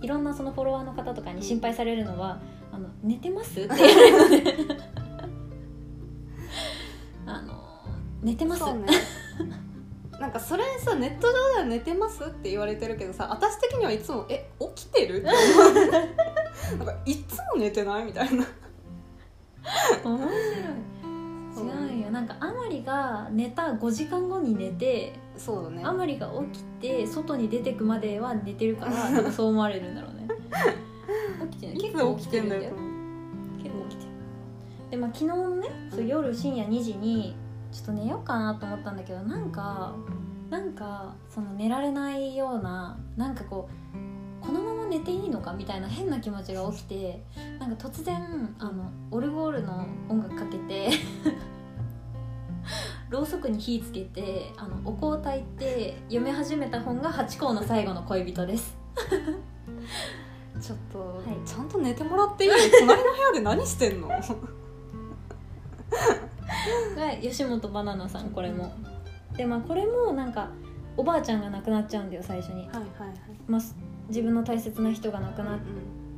S2: いろんなそのフォロワーの方とかに心配されるのは「あの寝てます?」って言われるので あの寝てます
S1: そうねなんかそれさネット上では寝てますって言われてるけどさ私的にはいつも「え起きてる?」って思うなんかいつも寝てないみたいな
S2: 面白い違うよなんかあまりが寝た5時間後に寝て
S1: そうだね
S2: あまりが起きて外に出てくまでは寝てる から多分そう思われるんだろうね起きてない
S1: 結
S2: 結
S1: 構
S2: 構
S1: 起
S2: 起
S1: き
S2: き
S1: て
S2: て
S1: ん
S2: るん
S1: だよ
S2: だよ結構起きてるでまあ昨日のねそう夜深夜2時にちょっと寝ようかなと思ったんだけどなんかなんかその寝られないようななんかこうこのまま寝ていいのかみたいな変な気持ちが起きてなんか突然あのオルゴールの音楽かけて ろうそくに火つけてあのお香を焚いて読み始めた本が「八甲の最後の恋人」です
S1: ちょっと、
S2: い
S1: ちゃんと寝てもらっていい 隣の部屋で何してんの
S2: が吉本ばななさん これもでまあこれもなんかおばあちゃんが亡くなっちゃうんだよ最初に、
S1: はいはいはい
S2: まあ、自分の大切な人が亡く
S1: う
S2: なっ
S1: ん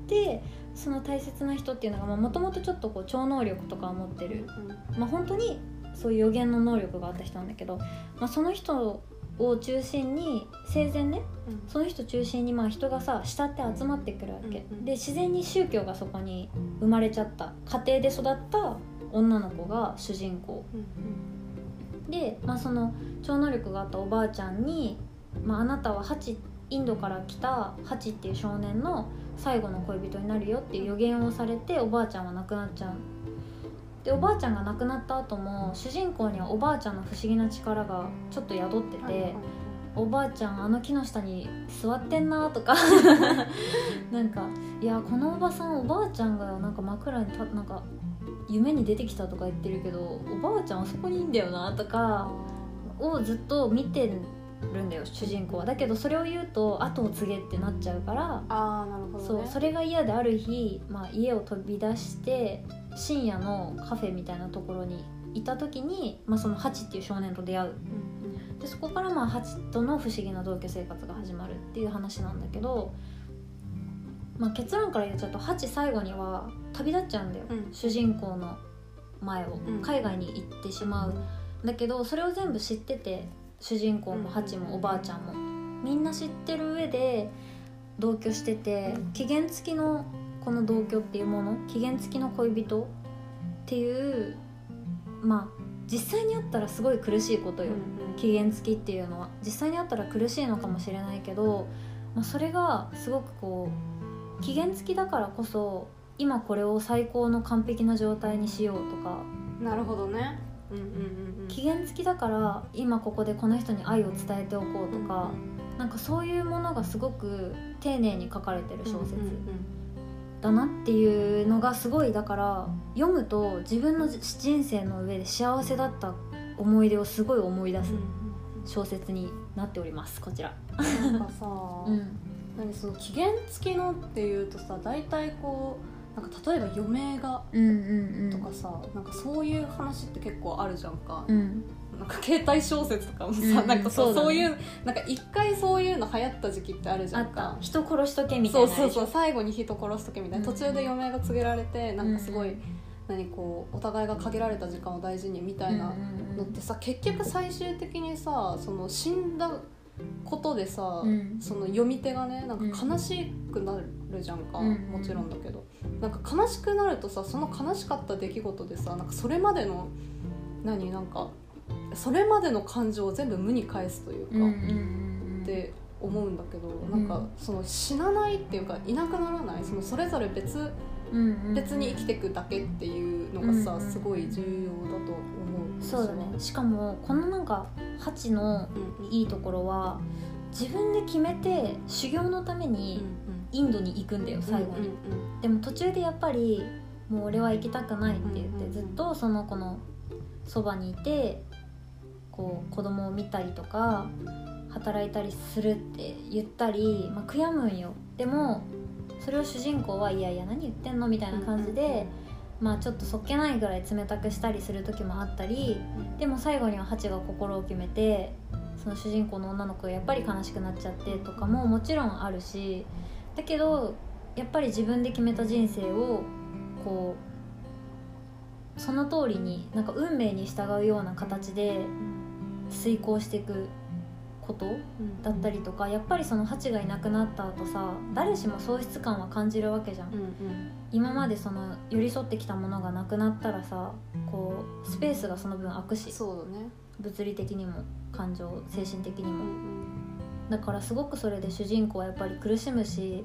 S2: てその大切な人っていうのがもともとちょっとこう超能力とかを持ってるまあ本当にそういう予言の能力があった人なんだけど、まあ、その人を中心に生前ねその人中心にまあ人がさ慕って集まってくるわけ、
S1: うんうん
S2: で自然に宗教がそこに生まれちゃった家庭で育った女の子が主人公で、まあ、その超能力があったおばあちゃんに「まあ、あなたはハチインドから来たハチっていう少年の最後の恋人になるよ」っていう予言をされておばあちゃんは亡くなっちゃうでおばあちゃんが亡くなった後も主人公にはおばあちゃんの不思議な力がちょっと宿ってて、おばあちゃんあの木の下に座ってんなと かなんかいやこのおばさんおばあちゃんがなんか枕にたなんか夢に出てきたとか言ってるけどおばあちゃんあそこにいんだよなとかをずっと見てるんだよ主人公はだけどそれを言うと後を継げってなっちゃうから
S1: ああなるほど、
S2: そ
S1: ね、
S2: うそれが嫌である日、まあ、家を飛び出して深夜のカフェみたいなところにいた時に、まあ、そのハチっていう少年と出会う
S1: うん
S2: でそこからまあハチとの不思議な同居生活が始まるっていう話なんだけど、まあ、結論から言っちゃうとハチ最後には旅立っちゃうんだよ、
S1: うん
S2: 主人公の前を
S1: うん
S2: 海外に行ってしまう、だけどそれを全部知ってて主人公もハチもおばあちゃんもみんな知ってる上で同居してて
S1: うん
S2: 期限付きのこの同居っていうもの期限付きの恋人っていうまあ実際にあったらすごい苦しいことよ、
S1: うん
S2: 期限付きっていうのは実際にあったら苦しいのかもしれないけど、まあ、それがすごくこう期限付きだからこそ今これを最高の完璧な状態にしようとか
S1: うんなるほどねうんうんうんうん
S2: 期限付きだから今ここでこの人に愛を伝えておこうとか、なんかそういうものがすごく丁寧に書かれてる小説だなっていうのがすごいだから読むと自分の人生の上で幸せだった思い出をすごい思い出す小説になっておりますこちら。
S1: なんかさ、
S2: うん
S1: 何その期限付きのっていうとさ大体こうなんか例えば余命が
S2: うんうんうん
S1: とかさ、なんかそういう話って結構あるじゃんか、
S2: うん
S1: なんか携帯小説とかもさ、
S2: うん
S1: なんかさ
S2: そ
S1: そうう,、
S2: だね
S1: いうなんか一回そういうの流行った時期ってあるじ
S2: あ
S1: ゃん
S2: っ
S1: か
S2: た人殺しとけみた
S1: そ
S2: いうな
S1: そうそう最後に人殺す時みたいな、
S2: うん
S1: 途中で余命が告げられてなんかすごい、
S2: うん
S1: 何こうお互いが限られた時間を大事にみたいなのってさ、結局最終的にさその死んだことでさ、
S2: うん
S1: その読み手がねなんか悲しくなるじゃんか、
S2: うん
S1: もちろんだけどなんか悲しくなるとさその悲しかった出来事でさなんかそれまでの何なんかそれまでの感情を全部無に返すというか、
S2: うんうんうんうん
S1: って思うんだけどなん
S2: う
S1: か
S2: ん
S1: その死なないっていうかいなくならないそのそれぞれ別
S2: うんうんうん
S1: 別に生きていくだけっていうのがさ、
S2: うん
S1: すごい重要だと思う
S2: そうだねしかもこのなんかハチの
S1: うん
S2: いいところは自分で決めて修行のためにインドに行くんだよ最後に、
S1: うん
S2: でも途中でやっぱりもう俺は行きたくないって言って、
S1: うん
S2: ずっとその子のそばにいてこう子供を見たりとか働いたりするって言ったり、まあ、悔やむんよでもそれを主人公はいやいや何言ってんのみたいな感じで、まあちょっとそっけないぐらい冷たくしたりする時もあったりでも最後にはハチが心を決めてその主人公の女の子がやっぱり悲しくなっちゃってとかももちろんあるしだけどやっぱり自分で決めた人生をこうその通りになんか運命に従うような形で遂行していくことだったりとかやっぱりそのハチがいなくなった後さ誰しも喪失感は感じるわけじゃん
S1: うんうん
S2: 今までその寄り添ってきたものがなくなったらさこうスペースがその分空くし
S1: そうだね
S2: 物理的にも感情精神的に
S1: う
S2: も
S1: ん
S2: だからすごくそれで主人公はやっぱり苦しむし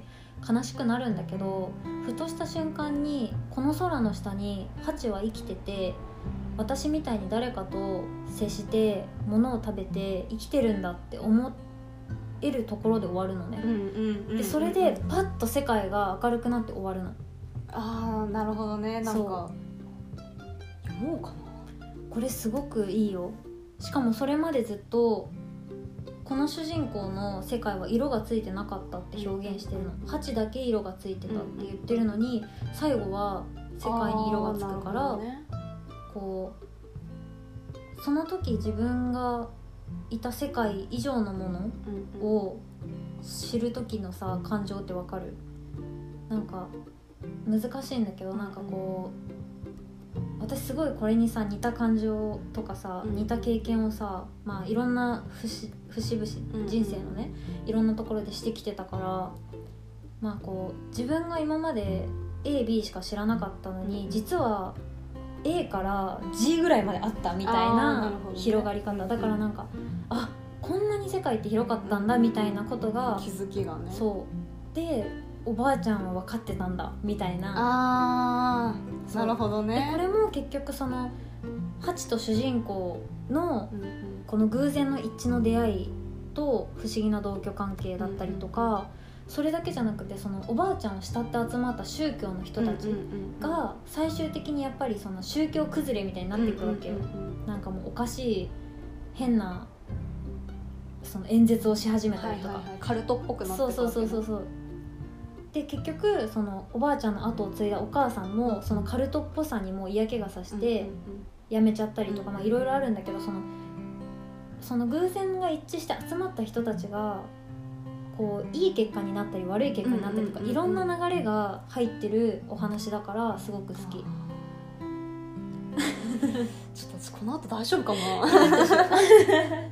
S2: 悲しくなるんだけどふとした瞬間にこの空の下にハチは生きてて私みたいに誰かと接して物を食べて生きてるんだって思えるところで終わるの
S1: うん
S2: ね、
S1: うんうん
S2: でそれでパッと世界が明るくなって終わるの
S1: ああなるほどねなん
S2: そ
S1: か読もうかな
S2: これすごくいいよしかもそれまでずっとこの主人公の世界は色がついてなかったって表現してるの鉢だけ色がついてたって言ってるのに最後は世界に色がつくか
S1: あーなるほど
S2: ら
S1: ね
S2: こうその時自分がいた世界以上のもの
S1: うんうん
S2: を知る時のさ感情ってわかるなんか難しいんだけどなんかこう私すごいこれにさ似た感情とかさ、
S1: うん
S2: 似た経験をさまあいろんな節節
S1: うんう
S2: 々
S1: ん
S2: 人生のね、いろんなところでしてきてたからまあこう自分が今まで AB しか知らなかったのに、
S1: うん
S2: 実は A から G ぐらいまであったみたい
S1: あーな
S2: な
S1: るほどね
S2: 広がり方、だからなんか、あこんなに世界って広かったんだみたいなことが、
S1: 気づきがね
S2: そうでおばあちゃんは分かってたんだみたいな
S1: ああ
S2: そう
S1: なるほど
S2: でこ
S1: ね
S2: れも結局そのハチと主人公の
S1: うんうん
S2: この偶然の一致の出会いと不思議な同居関係だったりとか、それだけじゃなくてそのおばあちゃんを慕って集まった宗教の人たちが最終的にやっぱりその宗教崩れみたいになっていくわけよ、
S1: うんうんうんうん
S2: なんかもうおかしい変なその演説をし始めたりとか、
S1: はいはいはいカルトっぽくなって
S2: そうそうそうそう
S1: う
S2: そうで結局そのおばあちゃんの後を継いだお母さんもそのカルトっぽさにもう嫌気がさし
S1: う
S2: て
S1: んうん
S2: 辞めちゃったりとか
S1: うん
S2: まあいろいろあるんだけどそのその偶然が一致して集まった人たちがこういい結果になったり悪い結果になったりと
S1: う
S2: か
S1: んうんうん
S2: いろんな流れが入ってるお話だからすごく好
S1: うん
S2: き
S1: ちょっと私この後大丈夫かな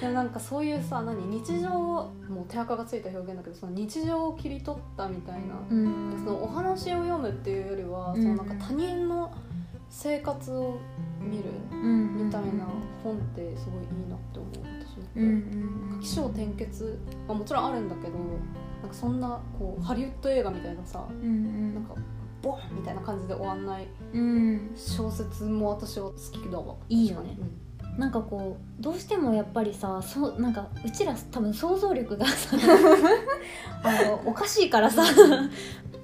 S1: でもなんかそういうさ何日常をもう手垢がついた表現だけどその日常を切り取ったみたいな、
S2: う
S1: でそ
S2: ん
S1: のお話を読むっていうよりは、
S2: うん
S1: そのなんか他人の生活を見る
S2: うん
S1: みたいな本ってすごいいいなって思う私も、
S2: うんうん
S1: 起承転結はもちろんあるんだけどなんかそんなこうハリウッド映画みたいなさ
S2: うんうん
S1: なんかボンみたいな感じで終わんない
S2: うん
S1: 小説も私は好きだわ
S2: いいよね
S1: 確かに
S2: なんかこうどうしてもやっぱりさそうなんかうちら多分想像力が さあのおかしいからさ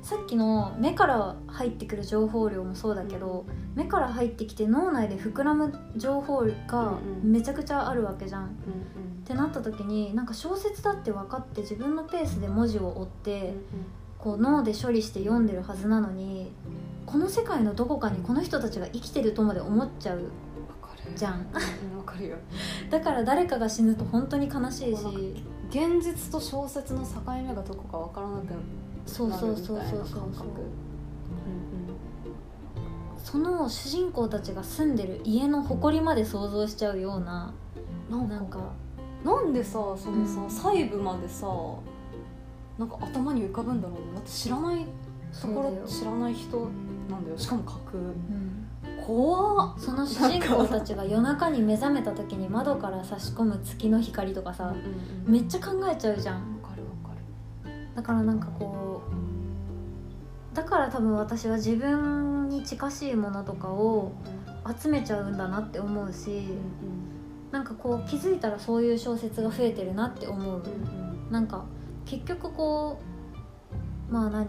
S2: さっきの目から入ってくる情報量もそうだけど、目から入ってきて脳内で膨らむ情報が
S1: うんうん
S2: めちゃくちゃあるわけじゃん。っ
S1: うんうん
S2: てなった時になんか小説だって分かって自分のペースで文字を追って、こう脳で処理して読んでるはずなのにこの世界のどこかにこの人たちが生きてるとまで思っちゃう
S1: わかる
S2: じゃん。
S1: うんわかるよ
S2: だから誰かが死ぬと本当に悲しいし
S1: そう現実と小説の境目がどこかわからなくなる
S2: そう
S1: みたい
S2: そうそう
S1: な
S2: そうそう
S1: 感覚
S2: その主人公たちが住んでる家の誇りまで想像しちゃうような
S1: うんうんな
S2: なんん
S1: か
S2: か
S1: なんでさそのさ、
S2: うん
S1: 細部までさなんか頭に浮かぶんだろうねだって知らないとこ
S2: そうだ
S1: ろ
S2: よ
S1: 知らない人なんだよしかも架
S2: うん
S1: 空怖っ
S2: その主人公たちが夜中に目覚めた時に窓から差し込む月の光とかさ
S1: うんうん
S2: めっちゃ考えちゃうじゃん
S1: わかるわかる
S2: だからなんかこうだから多分私は自分に近しいものとかを集めちゃうんだなって思うしなんかこう気づいたらそういう小説が増えてるなって思うなんか結局こうまあ何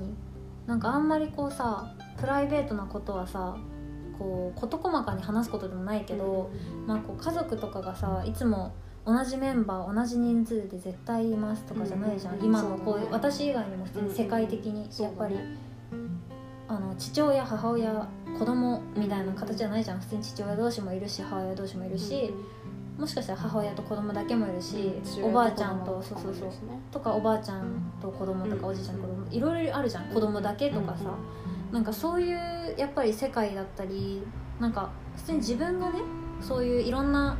S2: なんかあんまりこうさプライベートなことはさこう事細かに話すことでもないけど、まあ、こう家族とかがさいつも同じメンバー同じ人数で絶対いますとかじゃないじゃん、
S1: うんうん
S2: 今のこう
S1: そうだね
S2: 私以外にも普通に世界的にやっぱり、あの父親母親子供みたいな形じゃないじゃん普通に父親同士もいるし母親同士もいるし、もしかしたら母親と子供だけもいるし、おばあちゃんとそうそうそうとかおばあちゃんと子供と
S1: うん
S2: かおじいちゃんと子供いろいろあるじゃん子供だけとかさ、なんかそういうやっぱり世界だったりなんか普通に自分がねそういういろんな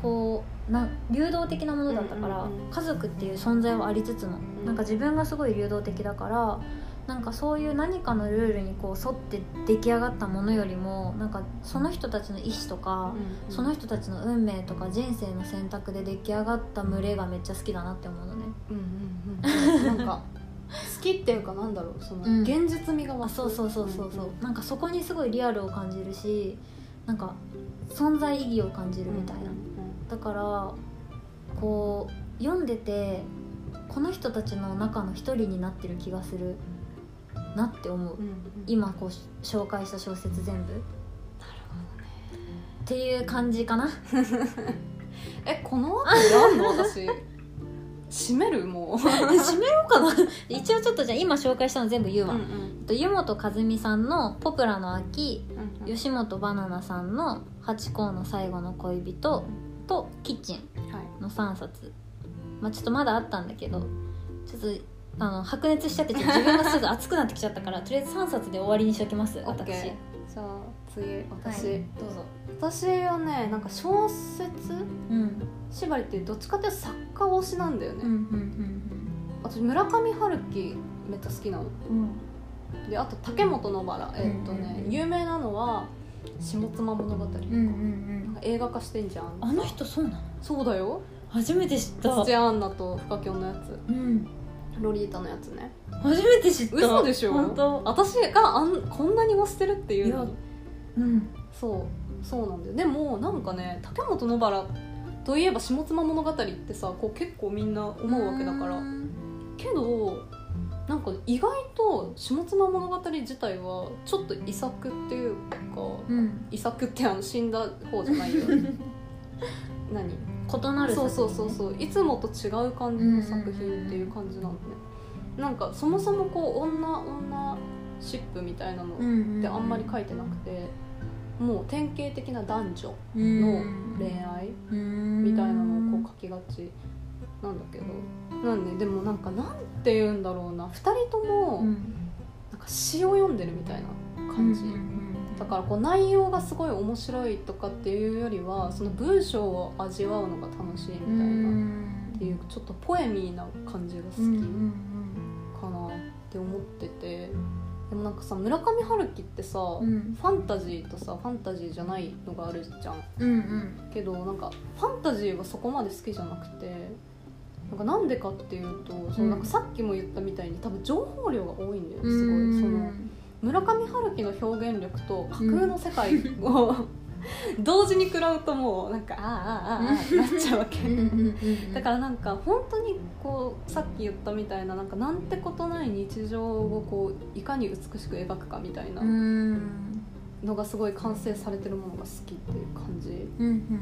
S2: こうな流動的なものだったから、
S1: うんうんうん
S2: 家族っていう存在はありつつも、
S1: ん
S2: なんか自分がすごい流動的だからなんかそういう何かのルールにこう沿って出来上がったものよりもなんかその人たちの意思とか、その
S1: 人
S2: 人たちの運命とか人生の選択で出来上がった群れがめっちゃ好きだなって思うのね
S1: なんか好きっていうかなんだろうその現実味が
S2: あ
S1: 増す
S2: そうそうそうそうそう、なんかそこにすごいリアルを感じるしなんか存在意義を感じるみたいな、だからこう読んでてこの人たちの中の一人になってる気がするなって思う、今こうし紹介した小説全部っていう感じかな
S1: えこの後やんの私閉める もう
S2: 締めようかな 一応ちょっとじゃあ今紹介したの全部言うわ、えっと湯本和美さんの「ポプラの秋」吉本ばななさんの「ハチ公の最後の恋人」と「キッチン
S1: はい」
S2: の3冊、まあ、ちょっとまだあったんだけどちょっとあの白熱しちゃってちょっと自分がちょっと熱くなってきちゃったからとりあえず3冊で終わりにしときます私、
S1: OK じゃあ次私、
S2: はいどうぞ
S1: 私はねなんか小説
S2: うん
S1: 縛りってどっちかっていうと作家推しなんだよね、
S2: うんうん
S1: 私村上春樹めっちゃ好きなの
S2: うんうん
S1: であと竹本のバラえっと
S2: うん
S1: ね
S2: うんうん
S1: 有名なのは「下妻物語」
S2: うんうんうん
S1: 映画化してんじゃん
S2: あの人そうなの
S1: そうだよ
S2: 初めて知った
S1: 土屋アンナとフカキョンのやつ
S2: うん
S1: ロリータのやつね
S2: 初めて知った
S1: 嘘でしょ
S2: 本当
S1: 私があんこんなに推してるっていうの
S2: い
S1: に
S2: やうん
S1: そうそうなんだよでもなんかね竹本のバラといえば下妻物語ってさこう結構みんな思うわけだから
S2: うん
S1: けどなんか意外と下妻物語自体はちょっと遺作っていうか
S2: うん
S1: 遺作ってあの死んだ方じゃないよ何
S2: 異なる
S1: そう
S2: 作品
S1: そう
S2: ね
S1: そうそういつもと違う感じの作品っていう感じなのね、なんかそもそもこう女女シップみたいなのっ
S2: うんうん
S1: てあんまり書いてなくて、もう典型的な男女の恋愛みたいなのをこう書きがちなんだけどなんででもなんかなんて言うんだろうな2人と
S2: う
S1: も
S2: ん
S1: なんか詩を読んでるみたいな感じ、
S2: うんうん
S1: だからこう内容がすごい面白いとかっていうよりはその文章を味わうのが楽しいみたいな。っていうちょっとポエミーな感じが好き
S2: うんうん
S1: かなって思ってて、でもなんかさ村上春樹ってさ、
S2: うんうん
S1: ファンタジーとさファンタジーじゃないのがあるじゃん
S2: うんうん
S1: けどなんかファンタジーはそこまで好きじゃなくてなんかなんでかっていうとそのなんかさっきも言ったみたいに多分情報量が多いんだよねすごいその村上春樹の表現力と架空の世界を、同時に食らうともうなんかああああああってなっちゃうわけ。だかららなんか本当にこうさっき言ったみたいななんかなんてことない日常をこういかに美しく描くかみたいな
S2: うん
S1: のがすごい完成されてるものが好きっていう感じ
S2: うんうん
S1: なんだよ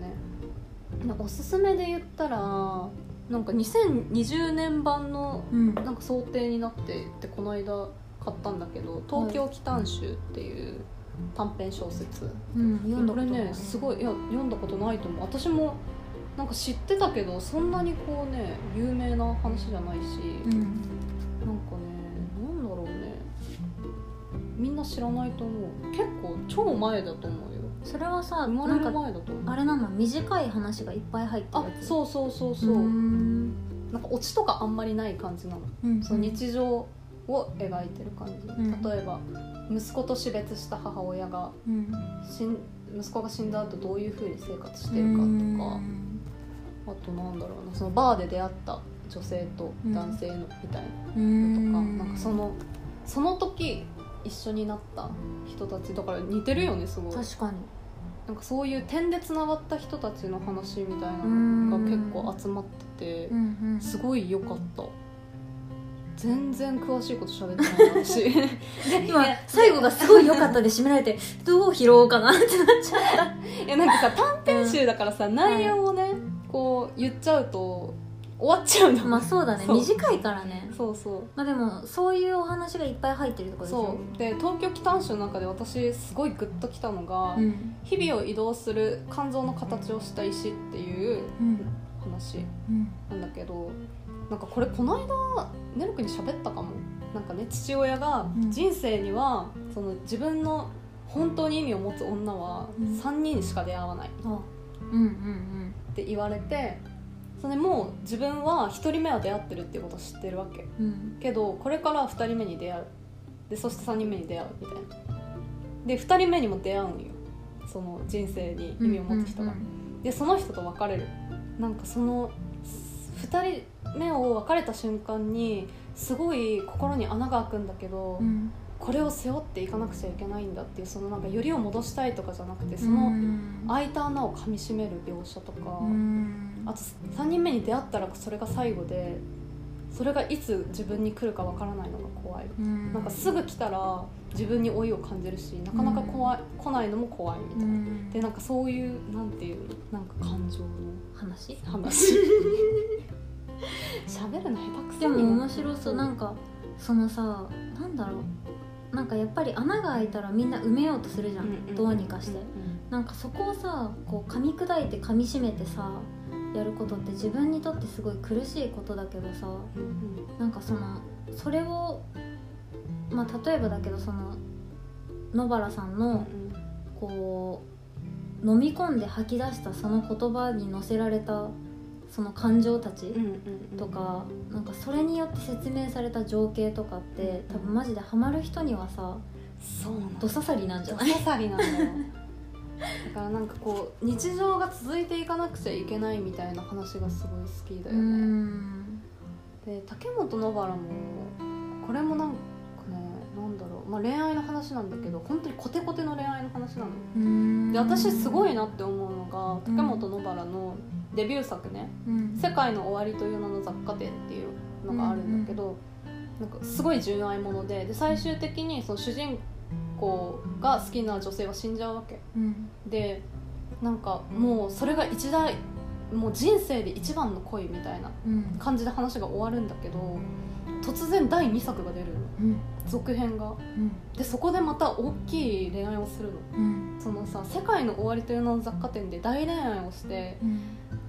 S1: ね。なんかおすすめで言ったらなんか2020年版の
S2: うん
S1: なんか想定になってってこの間買ったんだけど「東京奇譚集」っていう短編小説。
S2: うん読んだ
S1: これねすごいいや読んだことないと思う私もなんか知ってたけどそんなにこうね有名な話じゃないし、
S2: いう
S1: な
S2: ん
S1: んかねなんだろうねみんな知らないと思う結構超前だと思うよ
S2: それはさ
S1: 生ま
S2: な
S1: れ
S2: ん
S1: る
S2: か
S1: 前だと思う
S2: あれなの短い話がいっぱい入って
S1: あ
S2: るやつう
S1: そうそうそうそう、
S2: ん
S1: なんかオチとかあんまりない感じなの
S2: うん
S1: その日常を描いてる感じ、
S2: ん
S1: 例えば息子と死別した母親が
S2: うん
S1: 死ん息子が死んだ後どういうふうに生活してるかとか、あとなんだろうなそのバーで出会った女性と男性のみたいなの
S2: う
S1: と
S2: ん
S1: か、なんかそのその時一緒になった人たちだから似てるよねすごい
S2: 確かに
S1: なんかそういう点でつながった人たちの話みたいなの
S2: うん
S1: が結構集まってて
S2: うんうん
S1: すごい良かった全然詳しいこと喋って ないし
S2: 今最後がすごい良かったで締められてどう拾おうかなってなっちゃう
S1: いやなんかさ短編集だからさ、内容をね、こう言っちゃうと終わっちゃうの、
S2: まあそうだね
S1: そう
S2: 短いからね
S1: そうそう
S2: まあでもそういうお話がいっぱい入ってるとこでしょ
S1: そうで東京・北短州の中で私すごいグッときたのが、
S2: ん
S1: 日々を移動する肝臓の形をした石っていう
S2: うん
S1: 話
S2: うん
S1: なんだけどなんかこれこの間ねるくに喋ったかもなんかね父親が
S2: うん
S1: 人生には、その自分の本当に意味を持つ女は
S2: うん
S1: 3人しか出会わない
S2: あうんうん
S1: って言われてそれでもう自分は1人目は出会ってるっていうことを知ってるわけ
S2: うんうん
S1: けどこれから2人目に出会うでそして3人目に出会うみたいなで2人目にも出会うんよその人生に意味を持つ人が、でその人と別れるなんかその2人目を別れた瞬間にすごい心に穴が開くんだけど、
S2: うん
S1: これを背負っていかなくちゃいけないんだっていうそのなんかよりを戻したいとかじゃなくてそ
S2: うん
S1: の開いた穴をかみしめる描写とか、
S2: うん
S1: あと3人目に出会ったらそれが最後でそれがいつ自分に来るかわからないのが怖い
S2: うん
S1: なんかすぐ来たら自分に老いを感じるしなかなか怖い、来ないのも怖いみたいな、
S2: うん
S1: でなんかそういうなんていうのなんか感情の
S2: 話
S1: 話喋るの下手くそ
S2: でも面白そうなん
S1: か
S2: んかそのさなんだろうなんかやっぱり穴が開いたらみんな埋めようとするじゃん、どうにかして、なんかそこをさこう噛み砕いて噛みしめてさやることって自分にとってすごい苦しいことだけどさなんかそのそれをまあ例えばだけどその野原さんのこう飲み込んで吐き出したその言葉に乗せられたその感情たち、とかなんかそれによって説明された情景とかって多分マジでハマる人にはさ
S1: そうなんだ
S2: どささりなんじゃ
S1: ド
S2: ない
S1: 刺さりなんだよだからなんかこう日常が続いていかなくちゃいけないみたいな話がすごい好きだ
S2: う
S1: よね
S2: ん
S1: で竹本野原もこれもなんかねなんだろう、まあ、恋愛の話なんだけど本当にコテコテの恋愛の話なの
S2: うん
S1: で私すご
S2: い、
S1: いなって思うのが竹本野原のデビュー作ね
S2: う
S1: 「
S2: ん
S1: 世界の終わり」という名の雑貨店っていうのがあるんだけど、なんかすごい純愛ものでで最終的にその主人公が好きな女性は死んじゃうわけ
S2: うん
S1: でなんかもうそれが一大もう人生で一番の恋みたいな
S2: うん
S1: 感じで話が終わるんだけど突然第2作が出るの
S2: うん
S1: 続編がでそこでまた大きい恋愛をするの
S2: うん
S1: そのさ「世界の終わり」という名の雑貨店で大恋愛をして
S2: うん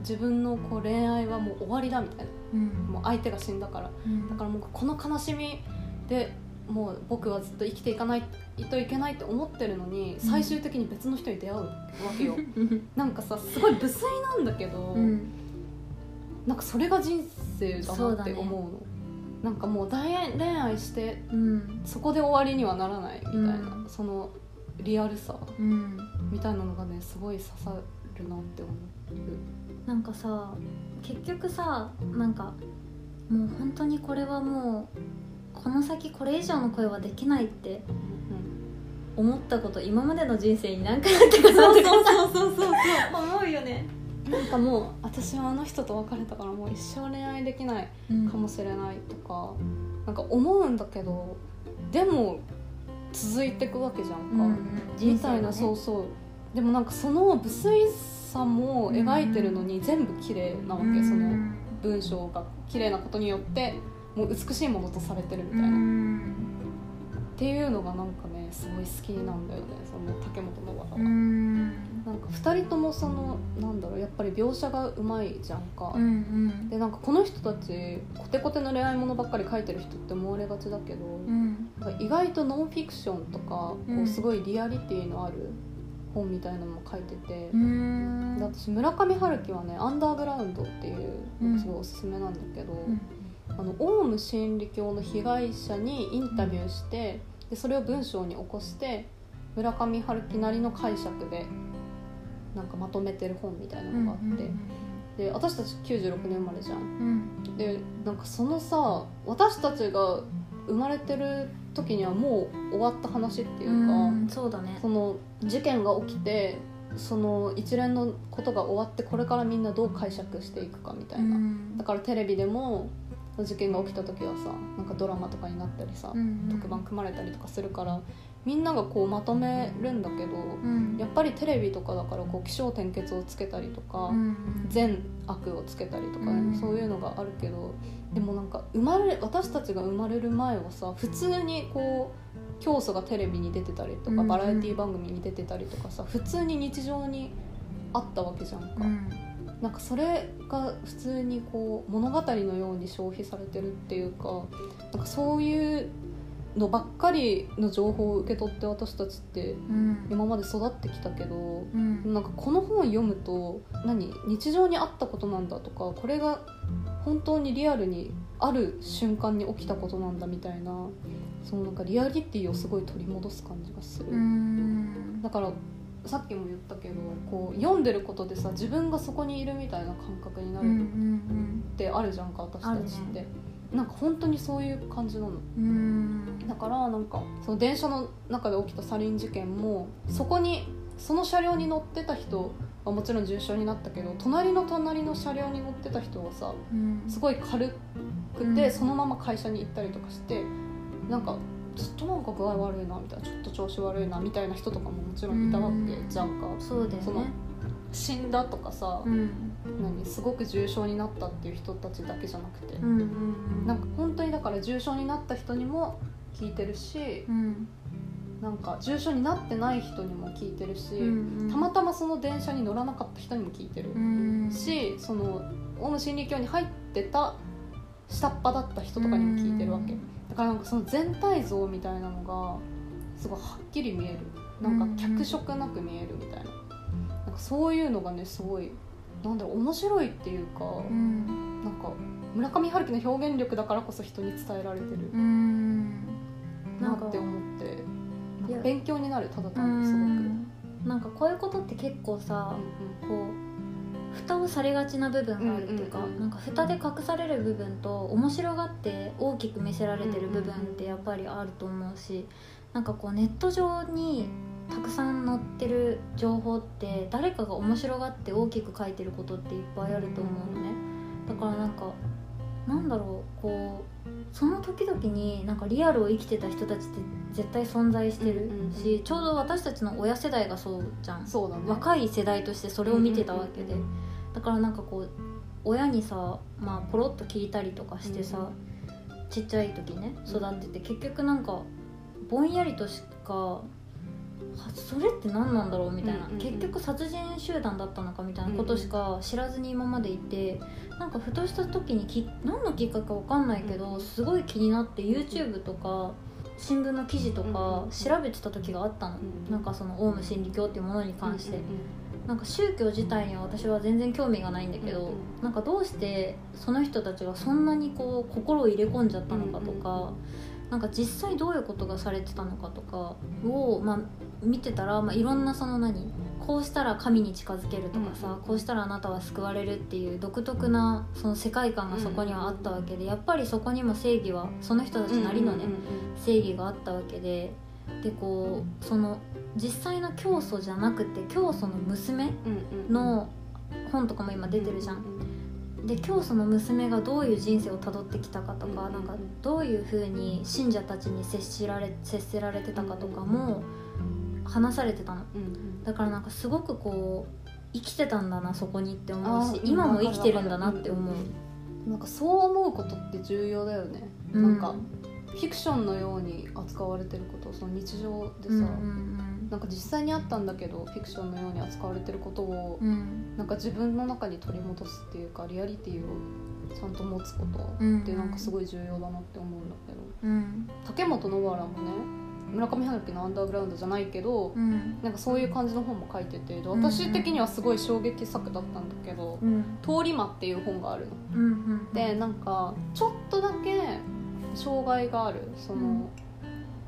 S1: 自分のこう恋愛はもう終わりだみたいな
S2: うん
S1: もう相手が死んだからだからもうこの悲しみでもう僕はずっと生きていかないといけないって思ってるのに
S2: うん
S1: 最終的に別の人に出会うわけよなんかさすごい無粋なんだけど、
S2: うん
S1: なんかそれが人生だ
S2: そ
S1: な
S2: う
S1: っ
S2: だ
S1: て
S2: ね
S1: 思うのなんかもう大恋愛して
S2: うん
S1: そこで終わりにはならないみたいな、
S2: うん
S1: そのリアルさ
S2: うん
S1: みたいなのがねすごい刺さるなって思う
S2: なんかさ結局さなんかもう本当にこれはもうこの先これ以上の恋はできないって思ったこと今までの人生に何回あったか
S1: そうそ
S2: なと
S1: う
S2: か
S1: そうそうそう
S2: 思うよね、
S1: なんかもう私はあの人と別れたからもう一生恋愛できない
S2: うん、
S1: かもしれないとかなんか思うんだけどでも続いていくわけじゃんか、
S2: うん
S1: みたいな、そう
S2: そ
S1: そうでもなんかその無粋さも描いてるのに全部綺麗なわけ、その文章が綺麗なことによってもう美しいものとされてるみたいな、っていうのがなんかねすごい好きなんだよねその竹本の和は。なんか2人ともそのなんだろうやっぱり描写がうまいじゃんか、でなんかこの人たちコテコテの恋愛ものばっかり書いてる人って思われがちだけど、なんか意外とノンフィクションとか、
S2: うん
S1: こうすごいリアリティのある本みたいなのも書いてて、で私村上春樹はね「アンダーグラウンド」っていう
S2: う
S1: の
S2: ん
S1: がすごいおすすめなんだけど、あのオウム真理教の被害者にインタビューして、でそれを文章に起こして村上春樹なりの解釈でなんかまとめてる本みたいなのがあって、で私たち96年生まれじゃん。でなんかそのさ私たちが生まれてる時にはもう終わった話っていうか、
S2: そうだね
S1: その事件が起きてその一連のことが終わってこれからみんなどう解釈していくかみたいな、だからテレビでも事件が起きた時はさなんかドラマとかになったりさ、特番組まれたりとかするからみんながこうまとめるんだけど、やっぱりテレビとかだからこう起承転結をつけたりとか。善悪をつけたりとか、
S2: うん
S1: そういうのがあるけどでもなんか生まれ私たちが生まれる前はさ普通にこう教祖がテレビに出てたりとか、
S2: うん
S1: バラエティ番組に出てたりとかさ普通に日常にあったわけじゃんか、なんかそれが普通にこう物語のように消費されてるっていうかなんかそういうのばっかりの情報を受け取って私たちって今まで育ってきたけどなんかこの本を読むと何日常にあったことなんだとかこれが本当にリアルにある瞬間に起きたことなんだみたいなそのなんかリアリティをすごい取り戻す感じがする、だからさっきも言ったけどこう読んでることでさ自分がそこにいるみたいな感覚になるってあるじゃんか私たちって、
S2: あ
S1: なんか本当にそういう感じなのだからなんかその電車の中で起きたサリン事件もそこにその車両に乗ってた人はもちろん重傷になったけど隣の隣の車両に乗ってた人はさすごい軽くて、
S2: うん
S1: そのまま会社に行ったりとかしてなんかずっとなんか具合悪いなみたいなちょっと調子悪いなみたいな人とかももちろんいたわ
S2: うん
S1: けじゃんか
S2: そうだよ
S1: その
S2: ね
S1: 死んだとかさ、
S2: うん
S1: 何すごく重傷になったっていう人たちだけじゃなくて、
S2: うんうん
S1: なんか本当にだから重傷になった人にも聞いてるし
S2: うん
S1: なんか重症になってない人にも聞いてるし、
S2: うん
S1: たまたまその電車に乗らなかった人にも聞いてる
S2: うん
S1: し、そのオウム真理教に入ってた下っ端だった人とかにも聞いてるわけ、
S2: うん
S1: だからなんかその全体像みたいなのがすごいはっきり見えるなんか脚色なく見えるみたいななんかそういうのがねすごいなんだろう面白いっていうか、
S2: うん
S1: なんか村上春樹の表現力だからこそ人に伝えられてる
S2: うん
S1: な
S2: なん
S1: っ
S2: か
S1: て思って
S2: いや
S1: 勉強になるただ
S2: う
S1: 単にすごく。
S2: んなんかこういうことって結構さこう蓋をされがちな部分があるっていうか
S1: うんうんうん
S2: なんか蓋で隠される部分と面白がって大きく見せられてる部分ってやっぱりあると思うしなんかこうネット上にたくさん載ってる情報って誰かが面白がって大きく書いてることっていっぱいあると思うのねだからなんかなんだろうこうその時々になんかリアルを生きてた人たちって絶対存在して
S1: う
S2: る
S1: んうん
S2: しちょうど私たちの親世代がそうじゃん
S1: そうだね
S2: 若い世代としてそれを見てたわけで、
S1: うんうんうん
S2: だからなんかこう親にさ、まあ、ポロッと聞いたりとかしてさ、ちっちゃい時ね育ってて結局なんかぼんやりとしかはそれって何なんだろうみたいな、
S1: うんうんうん
S2: 結局殺人集団だったのかみたいなことしか知らずに今までいてなんかふとした時にき何のきっかけか分かんないけど、
S1: うん
S2: すごい気になって YouTube とか新聞の記事と
S1: うん
S2: か
S1: うん
S2: 調べてた時があったの、
S1: うん
S2: なんかそのオウム真理教っていうものに関して、
S1: うん
S2: なんか宗教自体には私は全然興味がないんだけど、
S1: うんうん
S2: なんかどうしてその人たちがそんなにこう心を入れ込んじゃったのかとか、
S1: うんうん
S2: なんか実際どういうことがされてたのかとかを、まあ、見てたら、まあ、いろんなその何こうしたら神に近づけるとかさ、
S1: うんうん
S2: こうしたらあなたは救われるっていう独特なその世界観がそこにはあったわけでやっぱりそこにも正義はその人たち
S1: うん
S2: なりのね、
S1: うんうん
S2: 正義があったわけででこうその実際の教祖じゃなくて教祖の娘
S1: うんうん
S2: の本とかも今出てるじゃん。で教祖の娘がどういう人生をたどってきたかとか,、
S1: うん
S2: なんかどういうふうに信者たちに接しられ接せられてたかとかも話されてたの。
S1: うん
S2: だからなんかすごくこう生きてたんだなそこにって思う
S1: あー
S2: し今も生きてるんだなって思う
S1: うん。うんなんかそう思うことって重要だよね、
S2: う
S1: なんかフィクションのように扱われてることその日常でさ、
S2: うんうん
S1: なんか実際にあったんだけどフィクションのように扱われてることを、
S2: うんうん
S1: なんか自分の中に取り戻すっていうかリアリティをちゃんと持つこと
S2: うん
S1: ってなんかすごい重要だなって思うんだけど
S2: うん
S1: 竹本野原もね村上春樹の「アンダーグラウンド」じゃないけど、
S2: うん
S1: なんかそういう感じの本も書いててで
S2: んうん
S1: 私的にはすごい衝撃作だったんだけど
S2: うん
S1: 「通り魔」っていう本があるの。
S2: うんうん
S1: でなんかちょっとだけ障害があるその、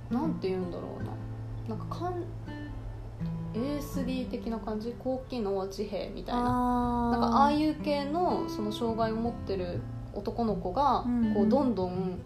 S1: なんて言うんだろうななんかかん ASD 的な感じ高機能自閉みたいな
S2: あー
S1: なんかああいう系のその障害を持ってる男の子が、
S2: うん
S1: こうどんどん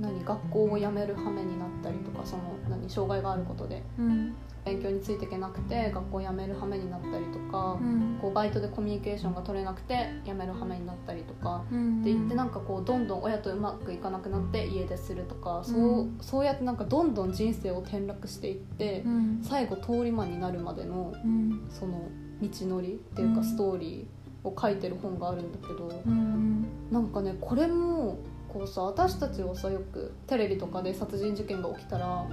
S1: 何学校を辞める羽目になったりとかその何障害があることで
S2: うん
S1: 勉強についていけなくて学校を辞める羽目になったりとか、
S2: うん
S1: こうバイトでコミュニケーションが取れなくて辞める羽目になったりとか、
S2: うん
S1: って言ってなんかこうどんどん親とうまくいかなくなって家出するとかそう,、
S2: うん
S1: そうやってなんかどんどん人生を転落していって、
S2: うん
S1: 最後通り魔になるまでの
S2: うん
S1: その道のりっていう
S2: う
S1: か
S2: ん
S1: ストーリーを書いてる本があるんだけど、
S2: うん
S1: なんかねこれもこうさ私たちはさよくテレビとかで殺人事件が起きたら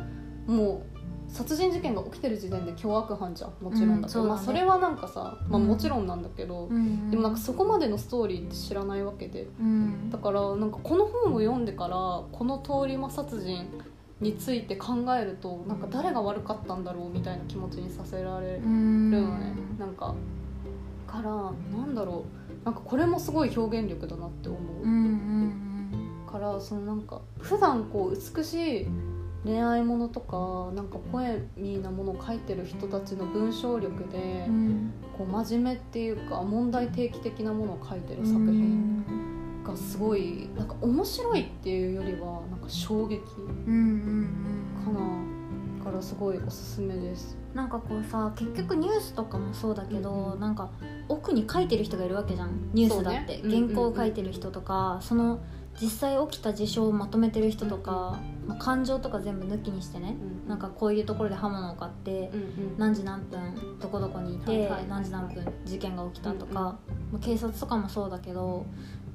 S1: もう。殺人事件が起きてる時点で凶悪犯じゃんもちろんだけど、
S2: うんそうだね
S1: まあ、それはなんかさ、まあ、
S2: うん
S1: もちろんなんだけど、
S2: うん
S1: でもなんかそこまでのストーリーって知らないわけで
S2: うん
S1: だからなんかこの本を読んでからこの通り魔殺人について考えるとなんか誰が悪かったんだろうみたいな気持ちにさせられる
S2: うん
S1: のね、なんかからなんだろうなんかこれもすごい表現力だなって思う、
S2: うんうん
S1: からそのなんか普段こう美しい恋愛ものとかなんかポエミーなものを書いてる人たちの文章力で、
S2: うんうん
S1: こう真面目っていうか問題提起的なものを書いてる作品、がすごいなんか面白いっていうよりはなんか衝撃
S2: うんうん
S1: か
S2: うん
S1: なからすごいおすすめです。
S2: なんかこうさ結局ニュースとかもそうだけど、
S1: うん
S2: なんか奥に書いてる人がいるわけじゃんニュースだって、
S1: そうね
S2: 原稿を書いてる人とか、その実際起きた事象をまとめてる人とか、まあ感情とか全部抜きにしてねなんかこういうところで刃物を買って
S1: うんうん
S2: 何時何分どこどこにいて、
S1: はいはいはい
S2: 何時何分事件が起きたとか、
S1: うん
S2: まあ警察とかもそうだけど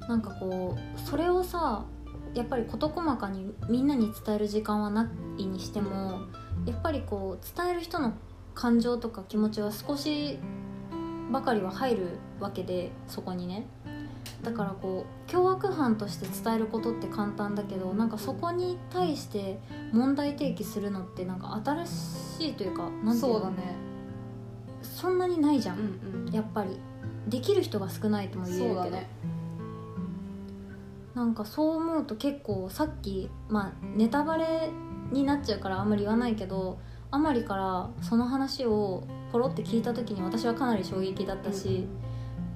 S2: なんかこうそれをさやっぱり事細かにみんなに伝える時間はないにしてもやっぱりこう伝える人の感情とか気持ちは少しばかりは入るわけでそこにねだからこう凶悪犯として伝えることって簡単だけどなんかそこに対して問題提起するのってなんか新しいというかなんてい
S1: そう
S2: の
S1: うだね。
S2: そんなにないじゃ、
S1: うんん
S2: やっぱりできる人が少ないと
S1: う
S2: も
S1: ん。
S2: 言える
S1: そ
S2: け
S1: う
S2: ど、
S1: だね。
S2: なんかそう思うと結構さっきまあネタバレになっちゃうからあんまり言わないけどあまりからその話をポロって聞いた時に私はかなり衝撃だったし、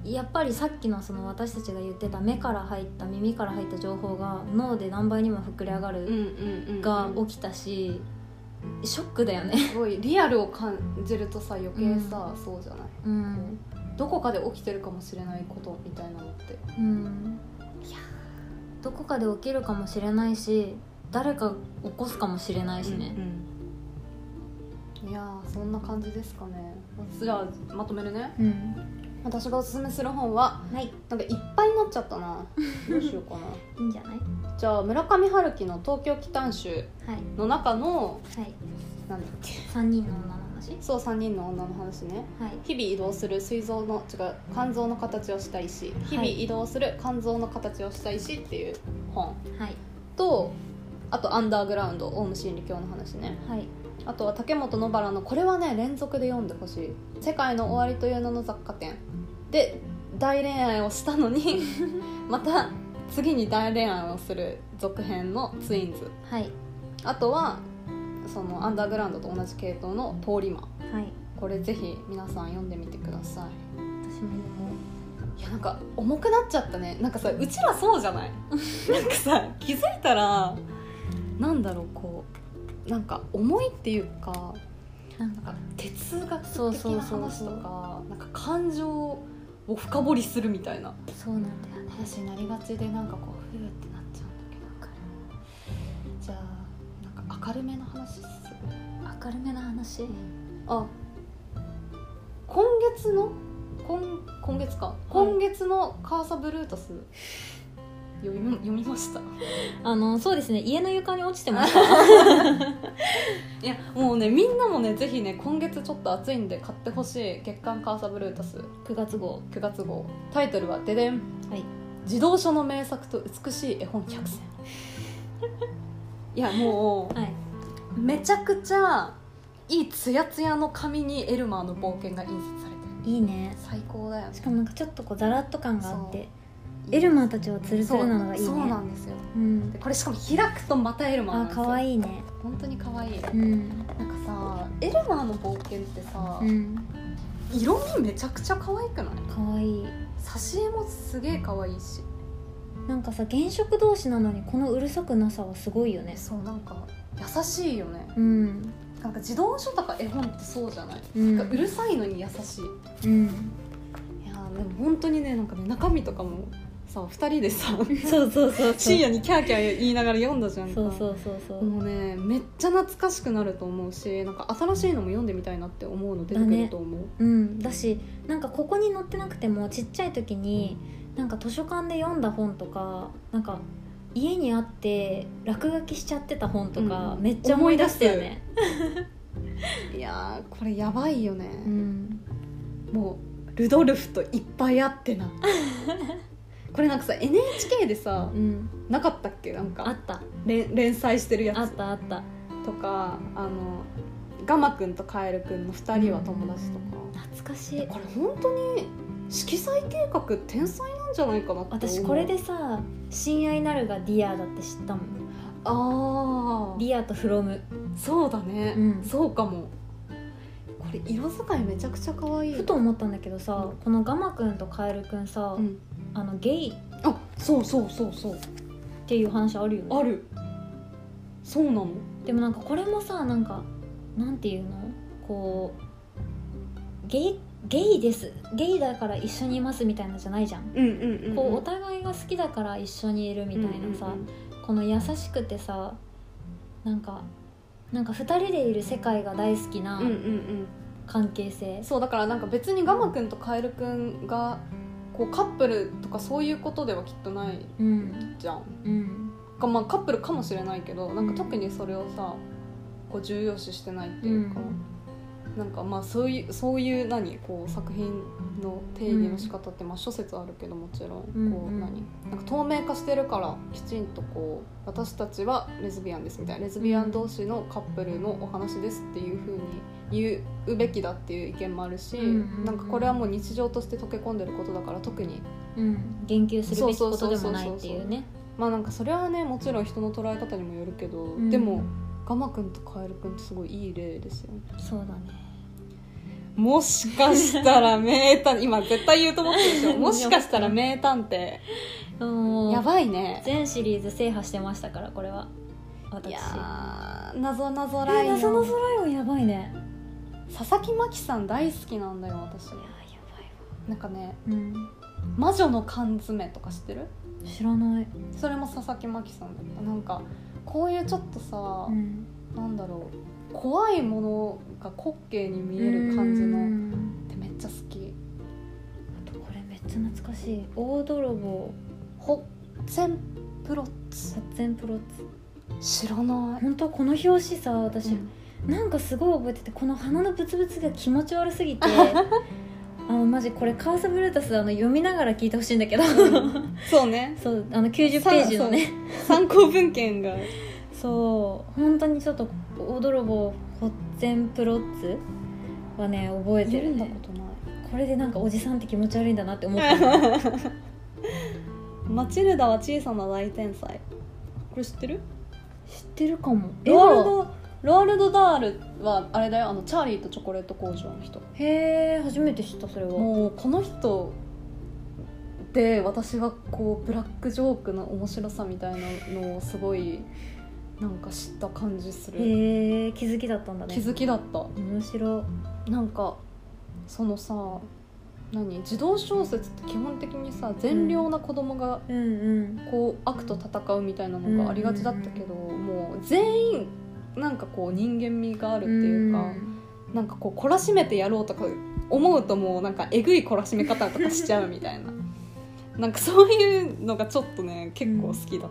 S2: やっぱりさっきのその私たちが言ってた目から入った耳から入った情報が脳で何倍にも膨れ上が
S1: うんう
S2: る
S1: んうん。
S2: が起きたし、ショックだよね。
S1: すごいリアルを感じるとさ余計さ、そうじゃない。
S2: うん
S1: どこかで起きてるかもしれないことみたいなのって。
S2: うん
S1: いや
S2: どこかで起きるかもしれないし誰か起こすかもしれないしね、
S1: うんうんいやーそんな感じですかね。じゃあまとめるね。
S2: うん
S1: 私がおすすめする本は
S2: はい
S1: なんかいっぱいになっちゃったなどうしようかない
S2: いんじゃない
S1: じゃあ村上春樹の「東京奇譚集
S2: はい」
S1: の中の
S2: はい
S1: なんだっけ
S2: 三人の女の話はい
S1: そう3人の女の話ね日々移動する膵臓の違う肝臓の形をした石日々移動する肝臓の形をした石っていう本
S2: はい
S1: とあと「アンダーグラウンドオウム真理教」の話ね
S2: はい
S1: あとは竹本野原のこれはね連続で読んでほしい「世界の終わりという名の雑貨店」で大恋愛をしたのにまた次に大恋愛をする続編の「ツインズ
S2: はい」
S1: あとはそのアンダーグラウンドと同じ系統の「通り魔
S2: はい」
S1: これぜひ皆さん読んでみてください
S2: 私もも
S1: いやなんか重くなっちゃったねなんかさうちらそうじゃない なんかさ気づいたらなんだろうこうなんか重いっていうか
S2: うなんか
S1: 哲学
S2: そう
S1: 的
S2: そう
S1: な
S2: そう
S1: 話
S2: そ
S1: と
S2: う
S1: かなんか感情を深掘りするみたいな
S2: そうなんだよね
S1: 話になりがちでなんかこうふうってなっちゃうんだけどじゃあなんか明るめな話っす
S2: 明るめな話
S1: あ今月の今今月か今月の「カーサブルータス」読み読みました
S2: あのそうですね家の床に落ちてました
S1: いやもうねみんなもねぜひね今月ちょっと暑いんで買ってほしい月刊「カーサブルータス」
S2: 9月号
S1: 9月号タイトルは「ででん」
S2: はい
S1: 自動書の名作と美しい絵本100選 いやも
S2: はいう
S1: めちゃくちゃいいツヤツヤの紙にエルマーの冒険が印刷されてる
S2: いいね
S1: 最高だよね
S2: しかもなんかちょっとこうザラッと感があって
S1: そう
S2: エルマーたちをツルツルなのがいいね
S1: そうそうなんですよ
S2: うん
S1: でこれしかも開くとまたエルマーなん
S2: あ
S1: ですよ
S2: 可愛いね
S1: 本当に可愛い
S2: うん
S1: なんかさエルマーの冒険ってさ、
S2: うん
S1: 色味めちゃくちゃ可愛くない
S2: 可愛い
S1: 挿絵もすげえ可愛いし
S2: なんかさ原色同士なのにこのうるさくなさはすごいよね
S1: そうなんか優しいよね
S2: うん
S1: なんか自動書とか絵本ってそうじゃない
S2: うん
S1: なんかうるさいのに優しい
S2: うん
S1: いやーでも本当にねなんかね中身とかもさ2人でさ
S2: そうそうそうそ
S1: 深
S2: う
S1: 夜にキャーキャー言いながら読んだじゃんか
S2: そうそうそうそう
S1: もうねめっちゃ懐かしくなると思うしなんか新しいのも読んでみたいなって思うの出てくると思う、
S2: うんだしなんかここに載ってなくてもちっちゃい時になんか図書館で読んだ本とかなんか家にあって落書きしちゃってた本とか、
S1: うん
S2: めっちゃ思い出したよね
S1: いやーこれやばいよね、
S2: うん
S1: もうルドルフといっぱいあって なこれなんかさ NHK でさ
S2: うん
S1: なかったっけなん
S2: あ
S1: か
S2: った
S1: 連連載してるや
S2: あ
S1: つ
S2: ったあった
S1: とかあのガマくんとカエルくんの2人は友達とか、
S2: 懐かしい
S1: これ本当に色彩計画天才なんじゃないかなって思う
S2: 私これでさ「親愛なる」が「ディアだって知ったもん
S1: あ
S2: 「ディアと「フロム
S1: あそうだね、
S2: うん
S1: そうかもこれ色使いめちゃくちゃ可愛い
S2: ふと思ったんだけどさ、
S1: うん
S2: このガマくんとカエルくんさ、
S1: うん、
S2: あのゲイっ
S1: あそうそうそうそう
S2: ていう話あるよね
S1: あるそうなの
S2: でもなんかこれもさなんかなんていうのこうゲイゲイですゲイだから一緒にいますみたいなじゃないじゃん、
S1: うんうんうん、
S2: こうお互いが好きだから一緒にいるみたいなさ、
S1: うんうん
S2: この優しくてさなんかなんか2人でいる世界が大好きな
S1: うんうんうん
S2: 関係性
S1: うん、そうだからなんか別にガマくんとカエルくんがこうカップルとかそういうことではきっとない
S2: うん
S1: じゃん
S2: うん
S1: かまあカップルかもしれないけどなんか特にそれをさこう重要視してないっていうか、なんかまあそういうそういう何こう作品の定義の仕方ってまあ諸説あるけどもちろん,、
S2: うん
S1: こ
S2: う
S1: うん何なんか透明化してるからきちんとこう私たちはレズビアンですみたいなレズビアン同士のカップルのお話ですっていうふうに言うべきだっていう意見もあるし、
S2: うん
S1: なんかこれはもう日常として溶け込んでることだから特に
S2: うん、言及するべきことでもないっていうね
S1: まあなんかそれはねもちろん人の捉え方にもよるけど、
S2: ん
S1: でもガマくんとカエルくんってすごいいい例ですよね
S2: そうだね
S1: もしかしたら名探今絶対言うと思ってるでし ょもしかしたら名探偵
S2: もう
S1: やばいね
S2: 全シリーズ制覇してましたからこれは私
S1: いや
S2: え
S1: ー謎謎ライオ
S2: ー
S1: ン
S2: 謎の空ライオンやばいね
S1: 佐々木真希さん大好きなんだよ私
S2: やばいわ
S1: なんかね
S2: うん
S1: 「魔女の缶詰」とか知ってる
S2: 知らない、
S1: それも佐々木真希さんだったなんかこういうちょっとさ、
S2: ん、
S1: なんだろう怖いものが滑稽に見える感じの
S2: うん
S1: ってめっちゃ好き
S2: 難しい大泥棒
S1: ほセンプロッツ
S2: 殺人プロッツ
S1: 知らない、
S2: 本当はこの表紙さ私、なんかすごい覚えててこの鼻のブツブツが気持ち悪す ぎてあのマジこれカーサブルータスあの読みながら聞いてほしいんだけど
S1: そうね
S2: そうあの90ページのね
S1: 参考文献が
S2: そう本当にちょっと大泥棒ホッゼンプロッツはね覚えて
S1: 読
S2: る
S1: んだ
S2: ね
S1: ことな
S2: これでなんかおじさんって気持ち悪いんだなって思った
S1: いマチルダは小さな大天才これ知ってる
S2: 知ってるかも
S1: ロアルドロアルド・ダールはあれだよあのチャーリーとチョコレート工場の人
S2: へえ初めて知ったそれは
S1: もうこの人で私はこうブラックジョークの面白さみたいなのをすごいなんか知った感じする
S2: へえ気づきだったんだね
S1: 気づきだった
S2: 面白
S1: なんかそのさ何児童小説って基本的にさ善良な子供が
S2: うんうん
S1: こう悪と戦うみたいなのがありがちだったけど、もう全員なんかこう人間味があるっていうか、なんかこう懲らしめてやろうとか思うともうなんかえぐい懲らしめ方とかしちゃうみたいななんかそういうのがちょっとね結構好きだっ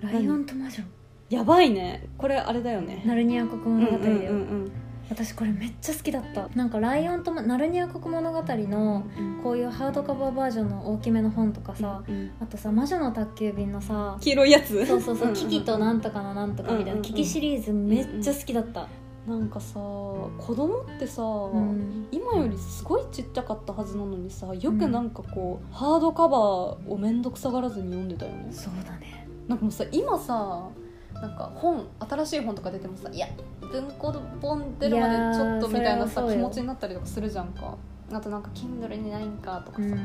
S1: た、
S2: ライオンと魔女
S1: やばいねこれあれだよね
S2: ナルニア国
S1: うんう
S2: 物
S1: んう
S2: 語だよ、
S1: ん
S2: 私これめっちゃ好きだったなんか「ライオンとまナルニア国物語」の
S1: うん
S2: こういうハードカバーバージョンの大きめの本とかさ
S1: うん
S2: あとさ「魔女の宅急便」のさ
S1: 黄色いやつ
S2: そうそうそう「キキと
S1: な
S2: なんとかのなんとか」
S1: うんう
S2: みたい
S1: んう
S2: なんキキシリーズめっちゃ好きだった、
S1: なんかさ子供ってさ、
S2: うん
S1: 今よりすごいちっちゃかったはずなのにさよくなんかこう、ハードカバーを面倒くさがらずに読んでたよね
S2: そうだね
S1: なんかもうさ今さなんか本新しい本とか出てもさいや文庫本出るまでちょっとみ
S2: いやー
S1: たいな
S2: そ
S1: さ
S2: れはそう
S1: 気
S2: よ
S1: 持ちになったりとかするじゃんかあとなんか Kindle にないんかとかさ、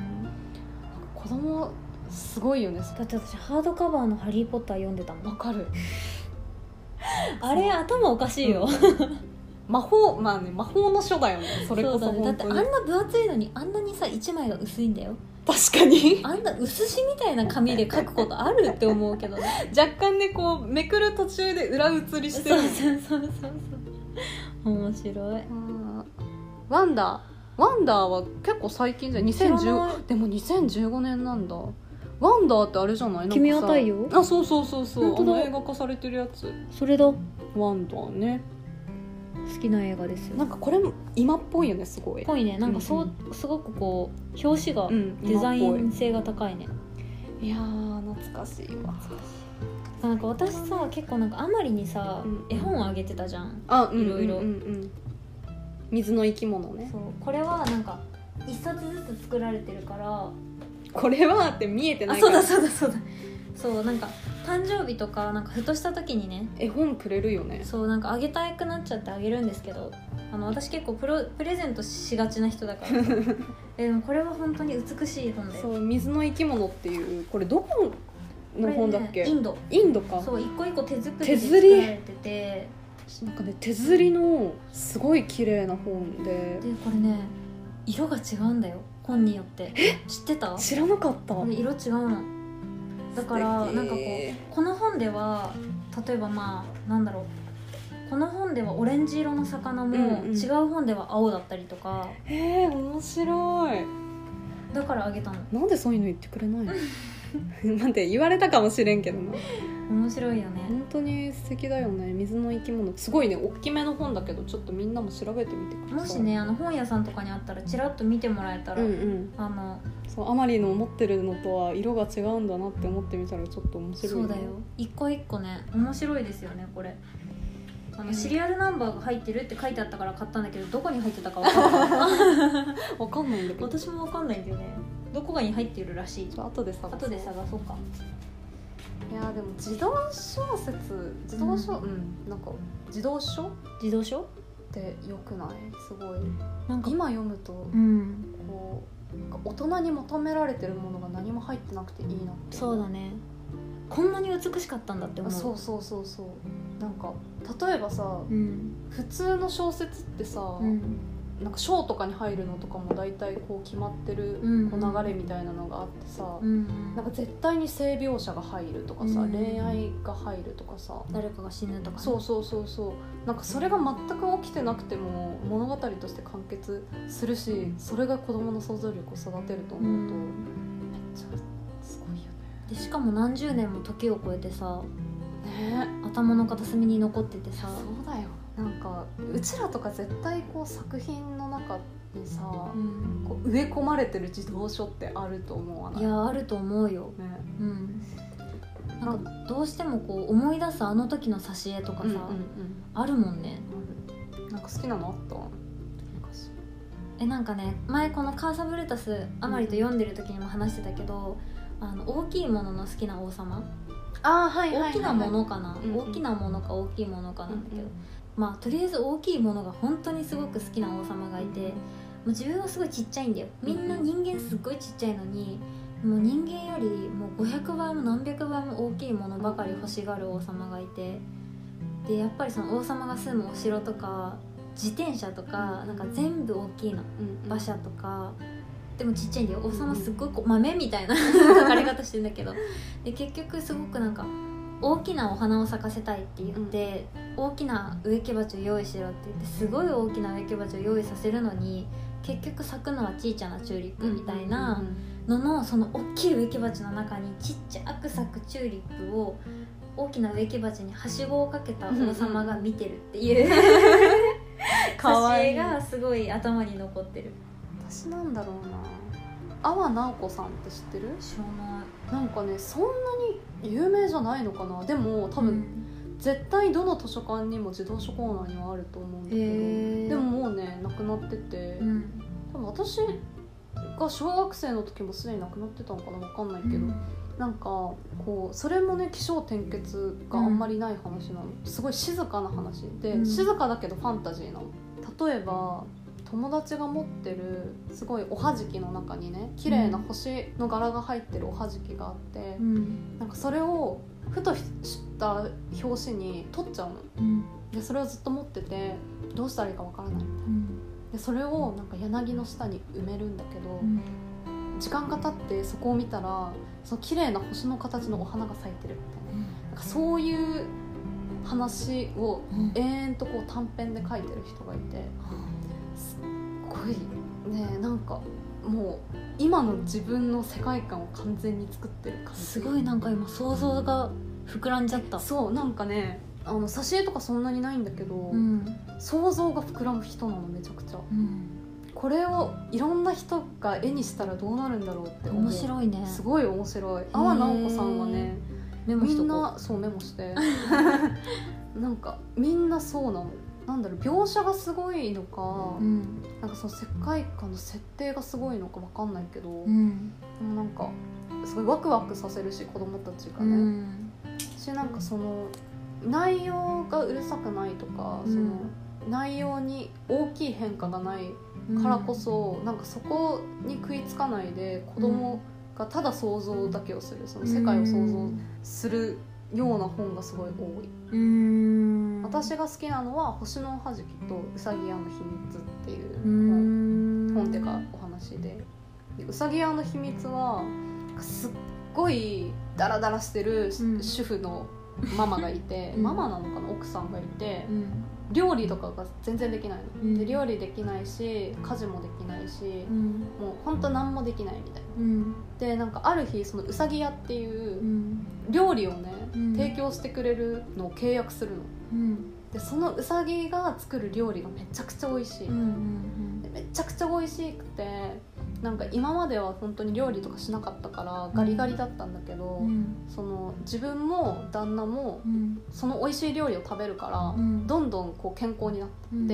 S1: 子供すごいよね
S2: だって私ハードカバーの「ハリー・ポッター」読んでたも
S1: わ
S2: ん
S1: かる
S2: あれ頭おかしいよ、
S1: 魔法まあね魔法の書だよねそれ
S2: そ
S1: こ
S2: うだ
S1: そ
S2: ねだっ
S1: 本
S2: て
S1: 当
S2: あ
S1: に
S2: んな分厚いのにあんなにさ1枚が薄いんだよ
S1: 確かに
S2: あんな薄紙みたいな紙で書くことあるって思うけどね
S1: 若干ねこうめくる途中で裏写りして
S2: そ
S1: る
S2: うそうそうそうそう面白
S1: う
S2: い
S1: んワンダーワンダーは結構最近じゃん
S2: 知らない
S1: 2010でも2015年なんだワンダーってあれじゃないなんかさ
S2: 君は太陽
S1: あそうそうそうそうあ
S2: 本当だ
S1: の映画化されてるやつ
S2: それだ好
S1: ワンダーね
S2: きな映画ですよ
S1: なんかこれも今っぽいよねすごい
S2: ぽいねなんかそう、
S1: う
S2: すごくこう表紙が
S1: うん
S2: デザイ
S1: 今っ
S2: ン性が高いね、
S1: ぽいいやー懐かしいわ
S2: なんか私さ結構なんかあまりにさ、
S1: うん
S2: 絵本あげてたじゃん
S1: あ
S2: いろいろ
S1: うんうんうんうん水の生き物ね
S2: そうこれはなんか一冊ずつ作られてるから
S1: これはって見えてな
S2: あ
S1: い
S2: そ
S1: か
S2: うだ
S1: ら
S2: そうだそうだそうなんか誕生日とかなんかふとした時にね
S1: 絵本くれるよね
S2: そうなんかあげたくなっちゃってあげるんですけどあの私結構プロプレゼントしがちな人だから えでもこれは本当に美しい本で
S1: そう水の生き物っていうこれどこの本だっけ、
S2: インド
S1: インドか
S2: そう一個一個手作り
S1: 手
S2: で
S1: 刷
S2: 作
S1: り
S2: られててで
S1: なんかね手刷りのすごい綺麗な本で
S2: これね色が違うんだよ本によって知ってた
S1: 知らなかった
S2: これ色違うのだからなんかこうこの本では例えばまあなんだろうこの本ではオレンジ色の魚も、
S1: うんうん
S2: 違う本では青だったりとか
S1: うえー、面白い
S2: だからあげたの
S1: なんでそういうの言ってくれない のなんて言われたかもしれんけどな
S2: 面白いよね、
S1: 本当に素敵だよね水の生き物すごいね大きめの本だけどちょっとみんなも調べてみてください
S2: もしねあの本屋さんとかにあったらちらっと見てもらえた
S1: う
S2: ら、
S1: んうん
S2: あの
S1: そうあまりの思ってるのとは色が違うんだなって思ってみたらちょっと面白い
S2: そうだよ一個一個ね面白いですよねこれあのシリアルナンバーが入ってるって書いてあったから買ったんだけどどこに入ってたか分かんない
S1: わかんないんだけど
S2: 私も分かんないんだよねどこがに入ってるらしい
S1: ちょ後で探そう
S2: 後で探そうか
S1: いやーでも児童小説児童小うん、なんか児童書っ
S2: 自動書
S1: てよくないすごい
S2: なん
S1: 今読むと
S2: うん
S1: こうなんか大人に求められてるものが何も入ってなくていいなって
S2: そうだねこんなに美しかったんだって
S1: あ
S2: 思う
S1: そうそうそうそうなんか例えばさ
S2: うん
S1: 普通の小説ってさ、
S2: うん
S1: なんかショーとかに入るのとかも大体こう決まってる
S2: うん
S1: こう流れみたいなのがあってさ、
S2: うん
S1: なんか絶対に性描写が入るとかさ、
S2: うん
S1: 恋愛が入るとかさ、
S2: 誰かが死ぬとかね
S1: そうそうそうそうなんかそれが全く起きてなくても物語として完結するしそれが子どもの想像力を育てると思うと、
S2: ん
S1: めっちゃすごいよ
S2: でしかも何十年も時を超えてさ
S1: ね。ね
S2: 頭の片隅に残っててさ
S1: そうだよなんかうちらとか絶対こう作品の中にさ、
S2: うん
S1: こう植え込まれてる自動書ってあると思わない
S2: いやあると思うよ
S1: ね
S2: うんなんかどうしてもこう思い出すあの時の挿絵とかさ、
S1: うんうん
S2: あるもんね
S1: うんなんか好きなのあった昔
S2: えなんかね前この「カーサブルータス」あまりと読んでる時にも話してたけど、あの大きいものの好きな王様
S1: ああは
S2: 大きなものかな、
S1: うんうん
S2: 大きなものか大きいものかなんだけど、
S1: うんうん
S2: まあとりあえず大きいものが本当にすごく好きな王様がいてもう自分はすごいちっちゃいんだよみんな人間すっごいちっちゃいのにもう人間よりもう500倍も何百倍も大きいものばかり欲しがる王様がいてでやっぱりその王様が住むお城とか自転車とかなんか全部大きいの馬車とかでもちっちゃいんだよ王様すっごいこう豆 みたいな書かれ方してんだけどで結局すごくなんか大きなお花を咲かせたいって言って、大きな植木鉢を用意しろって言ってすごい大きな植木鉢を用意させるのに結局咲くのはちいちゃなチューリップみたいなののその大きい植木鉢の中にちっちゃく咲くチューリップを大きな植木鉢にはしごをかけた王様が見てるっていう
S1: かわ
S2: 挿
S1: い
S2: 絵
S1: い
S2: がすごい頭に残ってる。
S1: 私なんだろうな阿波直子さんって知ってる
S2: しょうもない
S1: なんかねそんなに有名じゃないのかなでも多分、絶対どの図書館にも自動書コーナーにはあると思うんだけ
S2: へー
S1: どでももうねなくなってて、
S2: うん
S1: 多分私が小学生の時もすでになくなってたのかなわかんないけど、なんかこうそれもね起承転結があんまりない話なの、すごい静かな話で、
S2: うん
S1: 静かだけどファンタジーなの例えば友達が持ってるすごいおはじきの中にね綺麗な星の柄が入ってるおはじきがあって、
S2: うん
S1: なんかそれをふと知った表紙に取っちゃうの
S2: うん
S1: でそれをずっと持っててどうしたらいいかわからない
S2: うん
S1: でそれをなんか柳の下に埋めるんだけど、時間が経ってそこを見たらその綺麗な星の形のお花が咲いてるみたいななんかそういう話を
S2: うん
S1: 永遠とこう短編で書いてる人がいてすっごいねなんかもう今の自分の世界観を完全に作ってる感じ
S2: すごいなんか今想像が膨らんじゃった
S1: そうなんかねあの挿絵とかそんなにないんだけど、
S2: うん
S1: 想像が膨らむ人なのめちゃくちゃこれをいろんな人が絵にしたらどうなるんだろうって思う
S2: 面白いね
S1: すごい面白い阿波直子さんはね
S2: メモ
S1: み
S2: しと
S1: ん
S2: こ
S1: なそうメモして なんかみんなそうなのなんだろう描写がすごいのか、
S2: ううん
S1: なんかその世界観の設定がすごいのかわかんないけど、
S2: うん
S1: でもなんかすごいワクワクさせるし子供たちが
S2: う
S1: ね、
S2: ん
S1: しなんかその内容がうるさくないとか、
S2: うん
S1: その内容に大きい変化がないからこそ、なんかそこに食いつかないで子供がただ想像だけをするその世界を想像するような本がすごい多い、
S2: うん
S1: 私が好きなのは「星のおはじき」と「うさぎ屋の秘密」っていうう本,、
S2: ん
S1: 本っていうかお話ででうさぎ屋の秘密はなんかすっごいダラダラしてる
S2: うん
S1: 主婦のママがいて、
S2: うん
S1: ママなのかな奥さんがいて
S2: うん
S1: 料理とかが全然できないの、
S2: うん
S1: で料理できないし家事もできないし、
S2: うん
S1: もう本当何もできないみたいな
S2: うん
S1: でなんかある日そのうさぎ屋って
S2: う
S1: いうん料理をね、
S2: うん
S1: 提供してくれるのを契約するの
S2: うん
S1: でそのうさぎが作る料理がめちゃくちゃ美味しい、
S2: うんうん
S1: でめちゃくちゃ美味しくてなんか今までは本当に料理とかしなかったからガリガリだったんだけど、
S2: うん
S1: その自分も旦那も
S2: うん
S1: その美味しい料理を食べるから、
S2: うん
S1: どんどんこう健康になって
S2: うん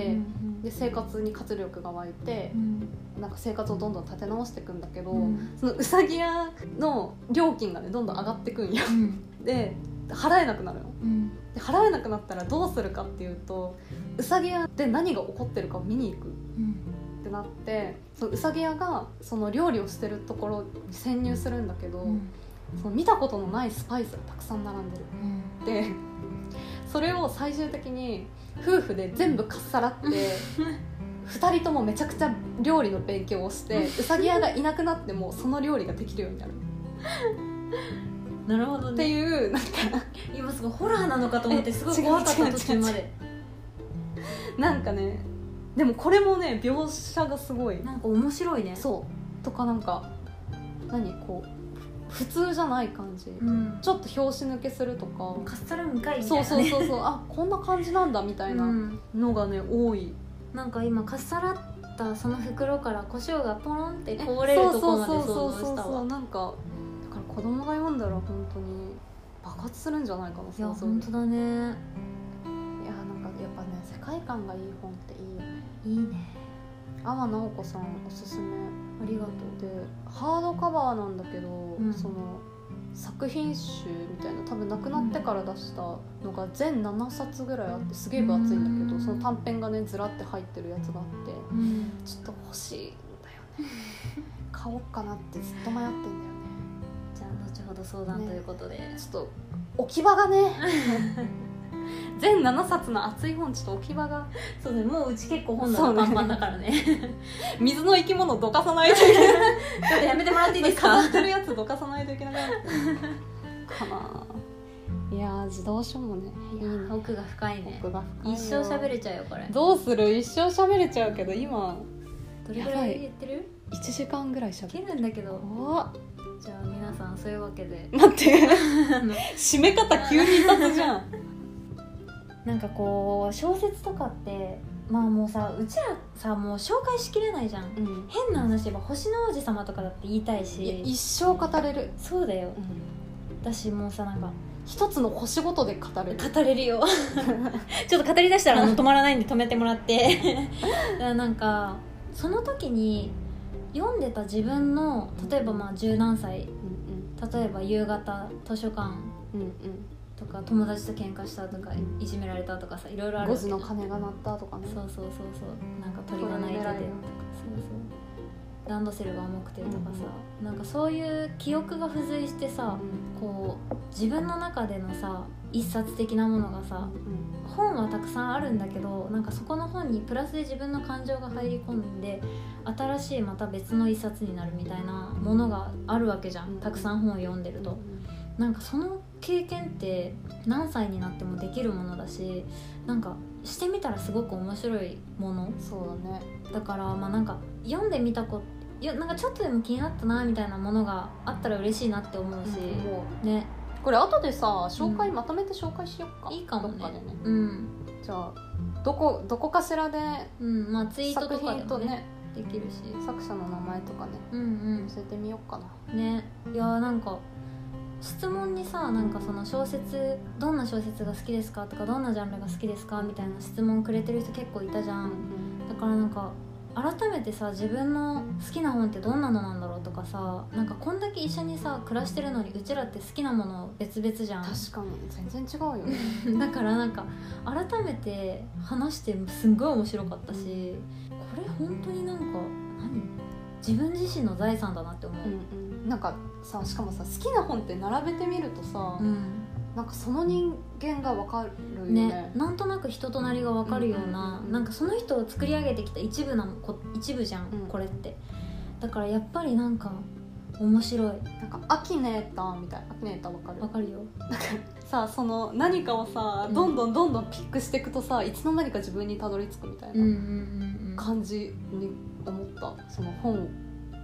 S1: で生活に活力が湧いて
S2: う、ん
S1: なんか生活をどんどん立て直していくんだけど、
S2: うん
S1: そのうさぎ屋の料金がねどんどん上がってくんよ
S2: うん
S1: で払えなくなるの
S2: うん
S1: で払えなくなったらどうするかっていうとうさぎ屋で何が起こってるかを見に行く
S2: うん
S1: ってなってそのうさぎ屋がその料理をしてるところに潜入するんだけど、
S2: うん
S1: その見たことのないスパイスがたくさん並んでる で それを最終的に夫婦で全部かっさらって2人ともめちゃくちゃ料理の勉強をしてうさぎ屋がいなくなってもその料理ができるようになるっ
S2: なるほど
S1: ていうなんか
S2: 今すごいホラーなのかと思って
S1: え
S2: すごい
S1: 違う
S2: 怖かっ
S1: 違
S2: た
S1: う
S2: 途中まで
S1: なんかねでもこれもね描写がすごい
S2: なんか面白いね
S1: そうとかなんか何こうふ普通じゃない感じ、
S2: うん
S1: ちょっと拍子抜けするとか、
S2: カスタルームかいみたい
S1: そ
S2: な、
S1: う
S2: ね、
S1: そうそうそうあこんな感じなんだみたいうなんのがね多い
S2: なんか今かっさらったその袋から胡椒がポロンってこぼれる
S1: そう
S2: と
S1: そう
S2: ころまで
S1: そう
S2: 想
S1: そう
S2: 像
S1: そう
S2: したわ
S1: なんかだから子供が読んだら本当に爆発するんじゃないかない
S2: や
S1: 想像
S2: 本
S1: 力
S2: 当だね
S1: いやなんかやっぱね世界観がいい本っていいよね
S2: いいね
S1: 天直子さんおすすめ
S2: ありがと
S1: でハードカバーなんだけど、
S2: ん
S1: その作品集みたいな多分亡くなってから出したのが全7冊ぐらいあってすげえ分厚いんだけ
S2: う
S1: ど
S2: ん
S1: その短編がねずらって入ってるやつがあって
S2: う、うん、
S1: ちょっと欲しいんだよね 買おうかなってずっと迷ってんだよね
S2: じゃあ後ほど相談ということで、
S1: ちょっと置き場がね 全7冊の厚い本ちょっと置き場が
S2: そうねもううち結構
S1: 本棚パンパンだ
S2: からね
S1: 水の生き物どかさないといけない
S2: ちょっとやめてもら っていいです
S1: 飾
S2: か
S1: ってるやつどかさないといけなくなるかないやー自動書もねいいね
S2: 奥が深いね
S1: 奥が深いよ
S2: 一生喋れちゃうよこれ
S1: どうする一生喋れちゃうけど今
S2: どれぐらい言ってる
S1: 1時間ぐらい
S2: いけ
S1: 喋る
S2: るんだけど
S1: 怖っ
S2: じゃあ皆さんそういうわ けで
S1: 待って
S2: あの
S1: 締め方急に雑じゃん
S2: なんかこう小説とかってまあもうさうちらさもう紹介しきれないじゃん
S1: うん
S2: 変な話言えば星の王子様とかだって言いたい
S1: いや
S2: し
S1: 一生語れる、
S2: そうだよ
S1: うん
S2: 私もうさなんか
S1: 一つの星ごとで語れる
S2: 語 れるよちょっと語りだしたらあの止まらないんで止めてもらって だからなんかその時に読んでた自分の例えばまあ十何歳
S1: うん
S2: 例えば夕方図書館
S1: うんうん
S2: とか友達と喧嘩したとかいじめられたとかさいろいろ
S1: う
S2: あ
S1: ん
S2: る
S1: 5
S2: わけ
S1: 時
S2: じゃ
S1: の
S2: ん
S1: 鐘が鳴ったとかね
S2: そうそうそうそうなんか鳥が鳴いててとか
S1: 空
S2: そ
S1: 狙い
S2: う
S1: の
S2: そうランドセルが重くてとかさ、
S1: う
S2: なんかそういう記憶が付随してさ、こう自分の中でのさ一冊的なものがさ
S1: うん
S2: 本はたくさんあるんだけどなんかそこの本にプラスで自分の感情が入り込んで新しいまた別の一冊になるみたいなものがあるわけじゃ
S1: う
S2: ん、
S1: ん
S2: たくさん本を読んで
S1: う
S2: る
S1: ん
S2: と、なんかその経験って何歳になってもできるものだしなんかしてみたらすごく面白いもの
S1: そうだね
S2: だからまあなんか読んでみたことよなんかちょっとでも気になったなみたいなものがあったら嬉しいなって思うし、
S1: もう
S2: ね
S1: これ後でさ紹介まとめて紹介しよっか、
S2: いいかもね
S1: どっでね
S2: うん、
S1: じゃあどこどこかしらで
S2: うん、まあツイート
S1: 作
S2: とかで
S1: 品
S2: も
S1: と
S2: ね
S1: ね
S2: できるし
S1: 作者の名前とかね
S2: うん
S1: 載せてみようかな
S2: うんねいやーなんか質問にさなんかその小説どんな小説が好きですかとかどんなジャンルが好きですかみたいな質問くれてる人結構いたじゃ、
S1: うんん
S2: だからなんか改めてさ自分の好きな本ってどんなのなんだろうとかさなんかこんだけ一緒にさ暮らしてるのにうちらって好きなもの別々じゃん
S1: 確かに全然違うよね
S2: だからなんか改めて話してすんごい面白かったしこれ本当になんか何自分自身の財産だなって思
S1: うん
S2: う、
S1: うんなんかさしかもさ好きな本って並べてみるとさ、
S2: うん
S1: なんかその人間がわかるよね
S2: ね、なんとなく人となりが分かるような、
S1: うん
S2: なんかその人を作り上げてきた一部なこ一部じゃん、
S1: うん
S2: これってだからやっぱりなんか面白い
S1: なんかアキネーターみたいアキネーターわかる
S2: わかるよ
S1: さあその何かをさ
S2: うん
S1: どんどんどんどんピックしていくとさいつの間にか自分にたどり着くみたい
S2: うん
S1: な
S2: うんうんうん
S1: 感じに思ったその本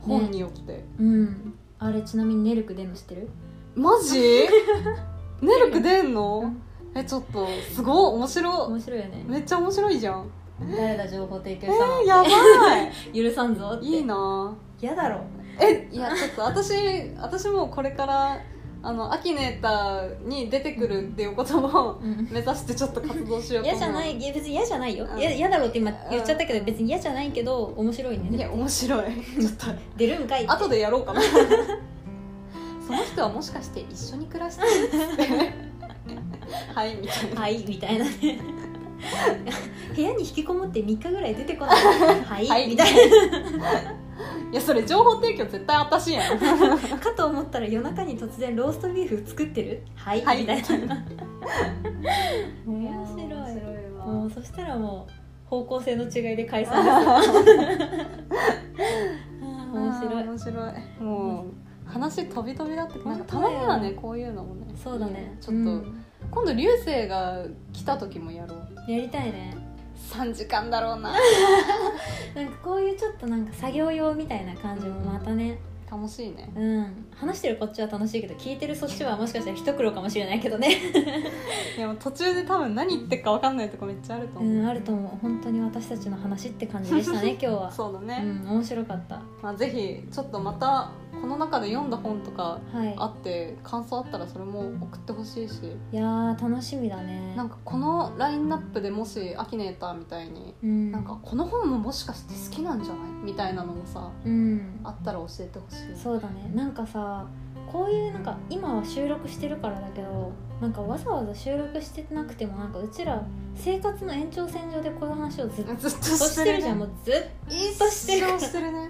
S1: 本によって、
S2: うんあれちなみにネルクでも知ってる
S1: マジ ネルク出ん
S2: う
S1: の
S2: ん
S1: えちょっとすごい面白
S2: 面白いよね
S1: いめっちゃ面白いじゃん
S2: 誰だ情報提供
S1: えー、やば い
S2: 許さんぞって
S1: いいな
S2: 嫌だろ
S1: えいやちょっと私私もこれからあのアキネーターに出てくるっていうことも目指してちょっと活動しようと
S2: 嫌
S1: 思う
S2: じゃないいや別に嫌じゃないよ
S1: うん
S2: いや嫌だろって今言っちゃったけ
S1: う
S2: ど
S1: ん
S2: 別に嫌じゃないけど面白い
S1: い
S2: ね
S1: や面白いちょっと
S2: 出るんかいって
S1: 後でやろうかな その人はもしかして一緒に暮らしてるって はいみたいな
S2: はいみたいな ね部屋に引きこもって3日ぐらい出てこないはい、
S1: はい
S2: みたい
S1: いやそれ情報提供絶対私やん
S2: なかと思ったら夜中に突然ローストビーフ作ってるはい、
S1: はい
S2: みたいな
S1: 面
S2: 面白い
S1: 白いわ
S2: もうそしたらもう方向性の違いで解散です あー面白
S1: あー
S2: い
S1: 面白いもう話飛び飛びだってなんか
S2: 本当
S1: た
S2: だ
S1: ま
S2: よ
S1: にはねこういうのもね
S2: そうだ
S1: いい
S2: ね
S1: ちょっと、
S2: うん
S1: 今度流星が来た時もやろう
S2: やりたいね
S1: 3時間だろうな
S2: なんかこういうちょっとなんか作業用みたいな感じもまたね
S1: 楽しいね
S2: うん話してるこっちは楽しいけど聞いてるそっちはもしかしたら一苦労かもしれないけ どね
S1: いやもう途中で多分何言ってるか分かんないとこめっちゃあると
S2: う
S1: 思う、
S2: んあると思う本当に私たちの話って感じでしたね今日は
S1: そうだ
S2: う
S1: ね、
S2: ん面白かった
S1: まあ、ぜひちょっとまたこの中で読んだ本とか
S2: はい
S1: あって感想あったらそれも送ってほしいし
S2: いやー楽しみだね
S1: なんかこのラインナップでもしアキネーターみたいに
S2: うん
S1: なんかこの本ももしかして好きなんじゃないみたいなのもさ
S2: うん
S1: あったら教えてほしい
S2: そうだねなんかさこういうなんか今は収録してるからだけどなんかわざわざ収録してなくてもなんかうちら生活の延長線上でこの話をずっと
S1: ずっと
S2: してるじゃんも
S1: う
S2: うずっ
S1: 一
S2: としてる
S1: 生してるね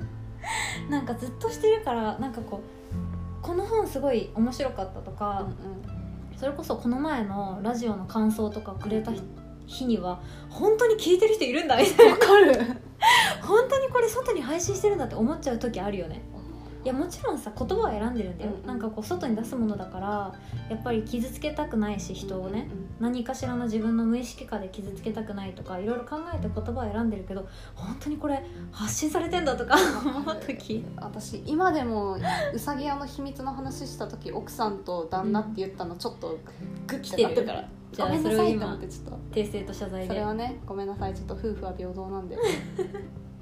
S2: なんかずっとしてるからなんかこうこの本すごい面白かったと
S1: うん
S2: か
S1: う、ん
S2: それこそこの前のラジオの感想とかくれた日日には本当に聞いてる人いるんだみたい
S1: わかる
S2: な 本当にこれ外に配信してるんだって思っちゃう時あるよねいやもちろんさ言葉は選んでるんだよ、
S1: うん
S2: なんかこう外に出すものだからやっぱり傷つけたくないし人をね、何かしらの自分の無意識下で傷つけたくないとかいろいろ考えて言葉を選んでるけど本当にこれ発信されてんだとか思う時
S1: 私今でもうさぎ屋の秘密の話した時奥さんと旦那って言ったのちょっとグッ
S2: 来
S1: て
S2: て
S1: なって
S2: る
S1: か
S2: かららじ
S1: ご
S2: ゃ
S1: め
S2: あ
S1: んな
S2: それを
S1: さいと思っ
S2: 今
S1: てちょっと
S2: 訂正と謝罪
S1: そ
S2: で
S1: れはねごめんなさいちょっと夫婦は平等なん で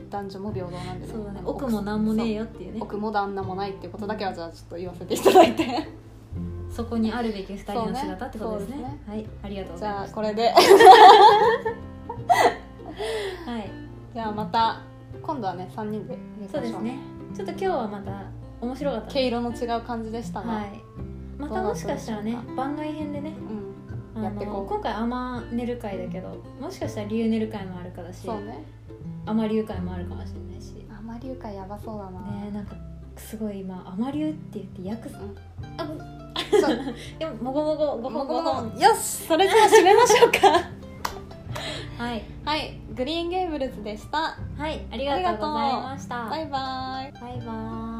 S1: 男女も平等なんで
S2: そうだね奥も何もねえよっていう
S1: そう
S2: ね
S1: 奥も旦那もないっていうことだけはじゃあちょっと言わせていただいて
S2: そこにあるべき二人の姿ってことですね
S1: そうね
S2: はいありがとうご
S1: じ
S2: ざい
S1: ゃ
S2: ま
S1: あ
S2: し
S1: これで
S2: たはい
S1: じゃあまた今度はね3人で見
S2: そうですねちょっと今日はまた面白かったね
S1: 毛色の違う感じでしたが、
S2: はい、またもしかしたらね
S1: どうだったでしょう
S2: 番外編でね
S1: うん
S2: あ
S1: やってこ
S2: の
S1: う
S2: 今回アマネル会だけどもしかしたらリュウネル会もあるかだし
S1: そうね
S2: アマリュウ会もあるかもしれないしね
S1: あまりゆかやばそうだな、
S2: えなんかすごい今アマリュウって言ってヤクザ、
S1: うん
S2: あ
S1: そう
S2: でももごもごごほんごほ ん
S1: よしそれじゃあ締めましょう か
S2: はい
S1: はいグリーンゲーブルズでした
S2: はいありがとうございました
S1: バイバーイ
S2: バイバーイ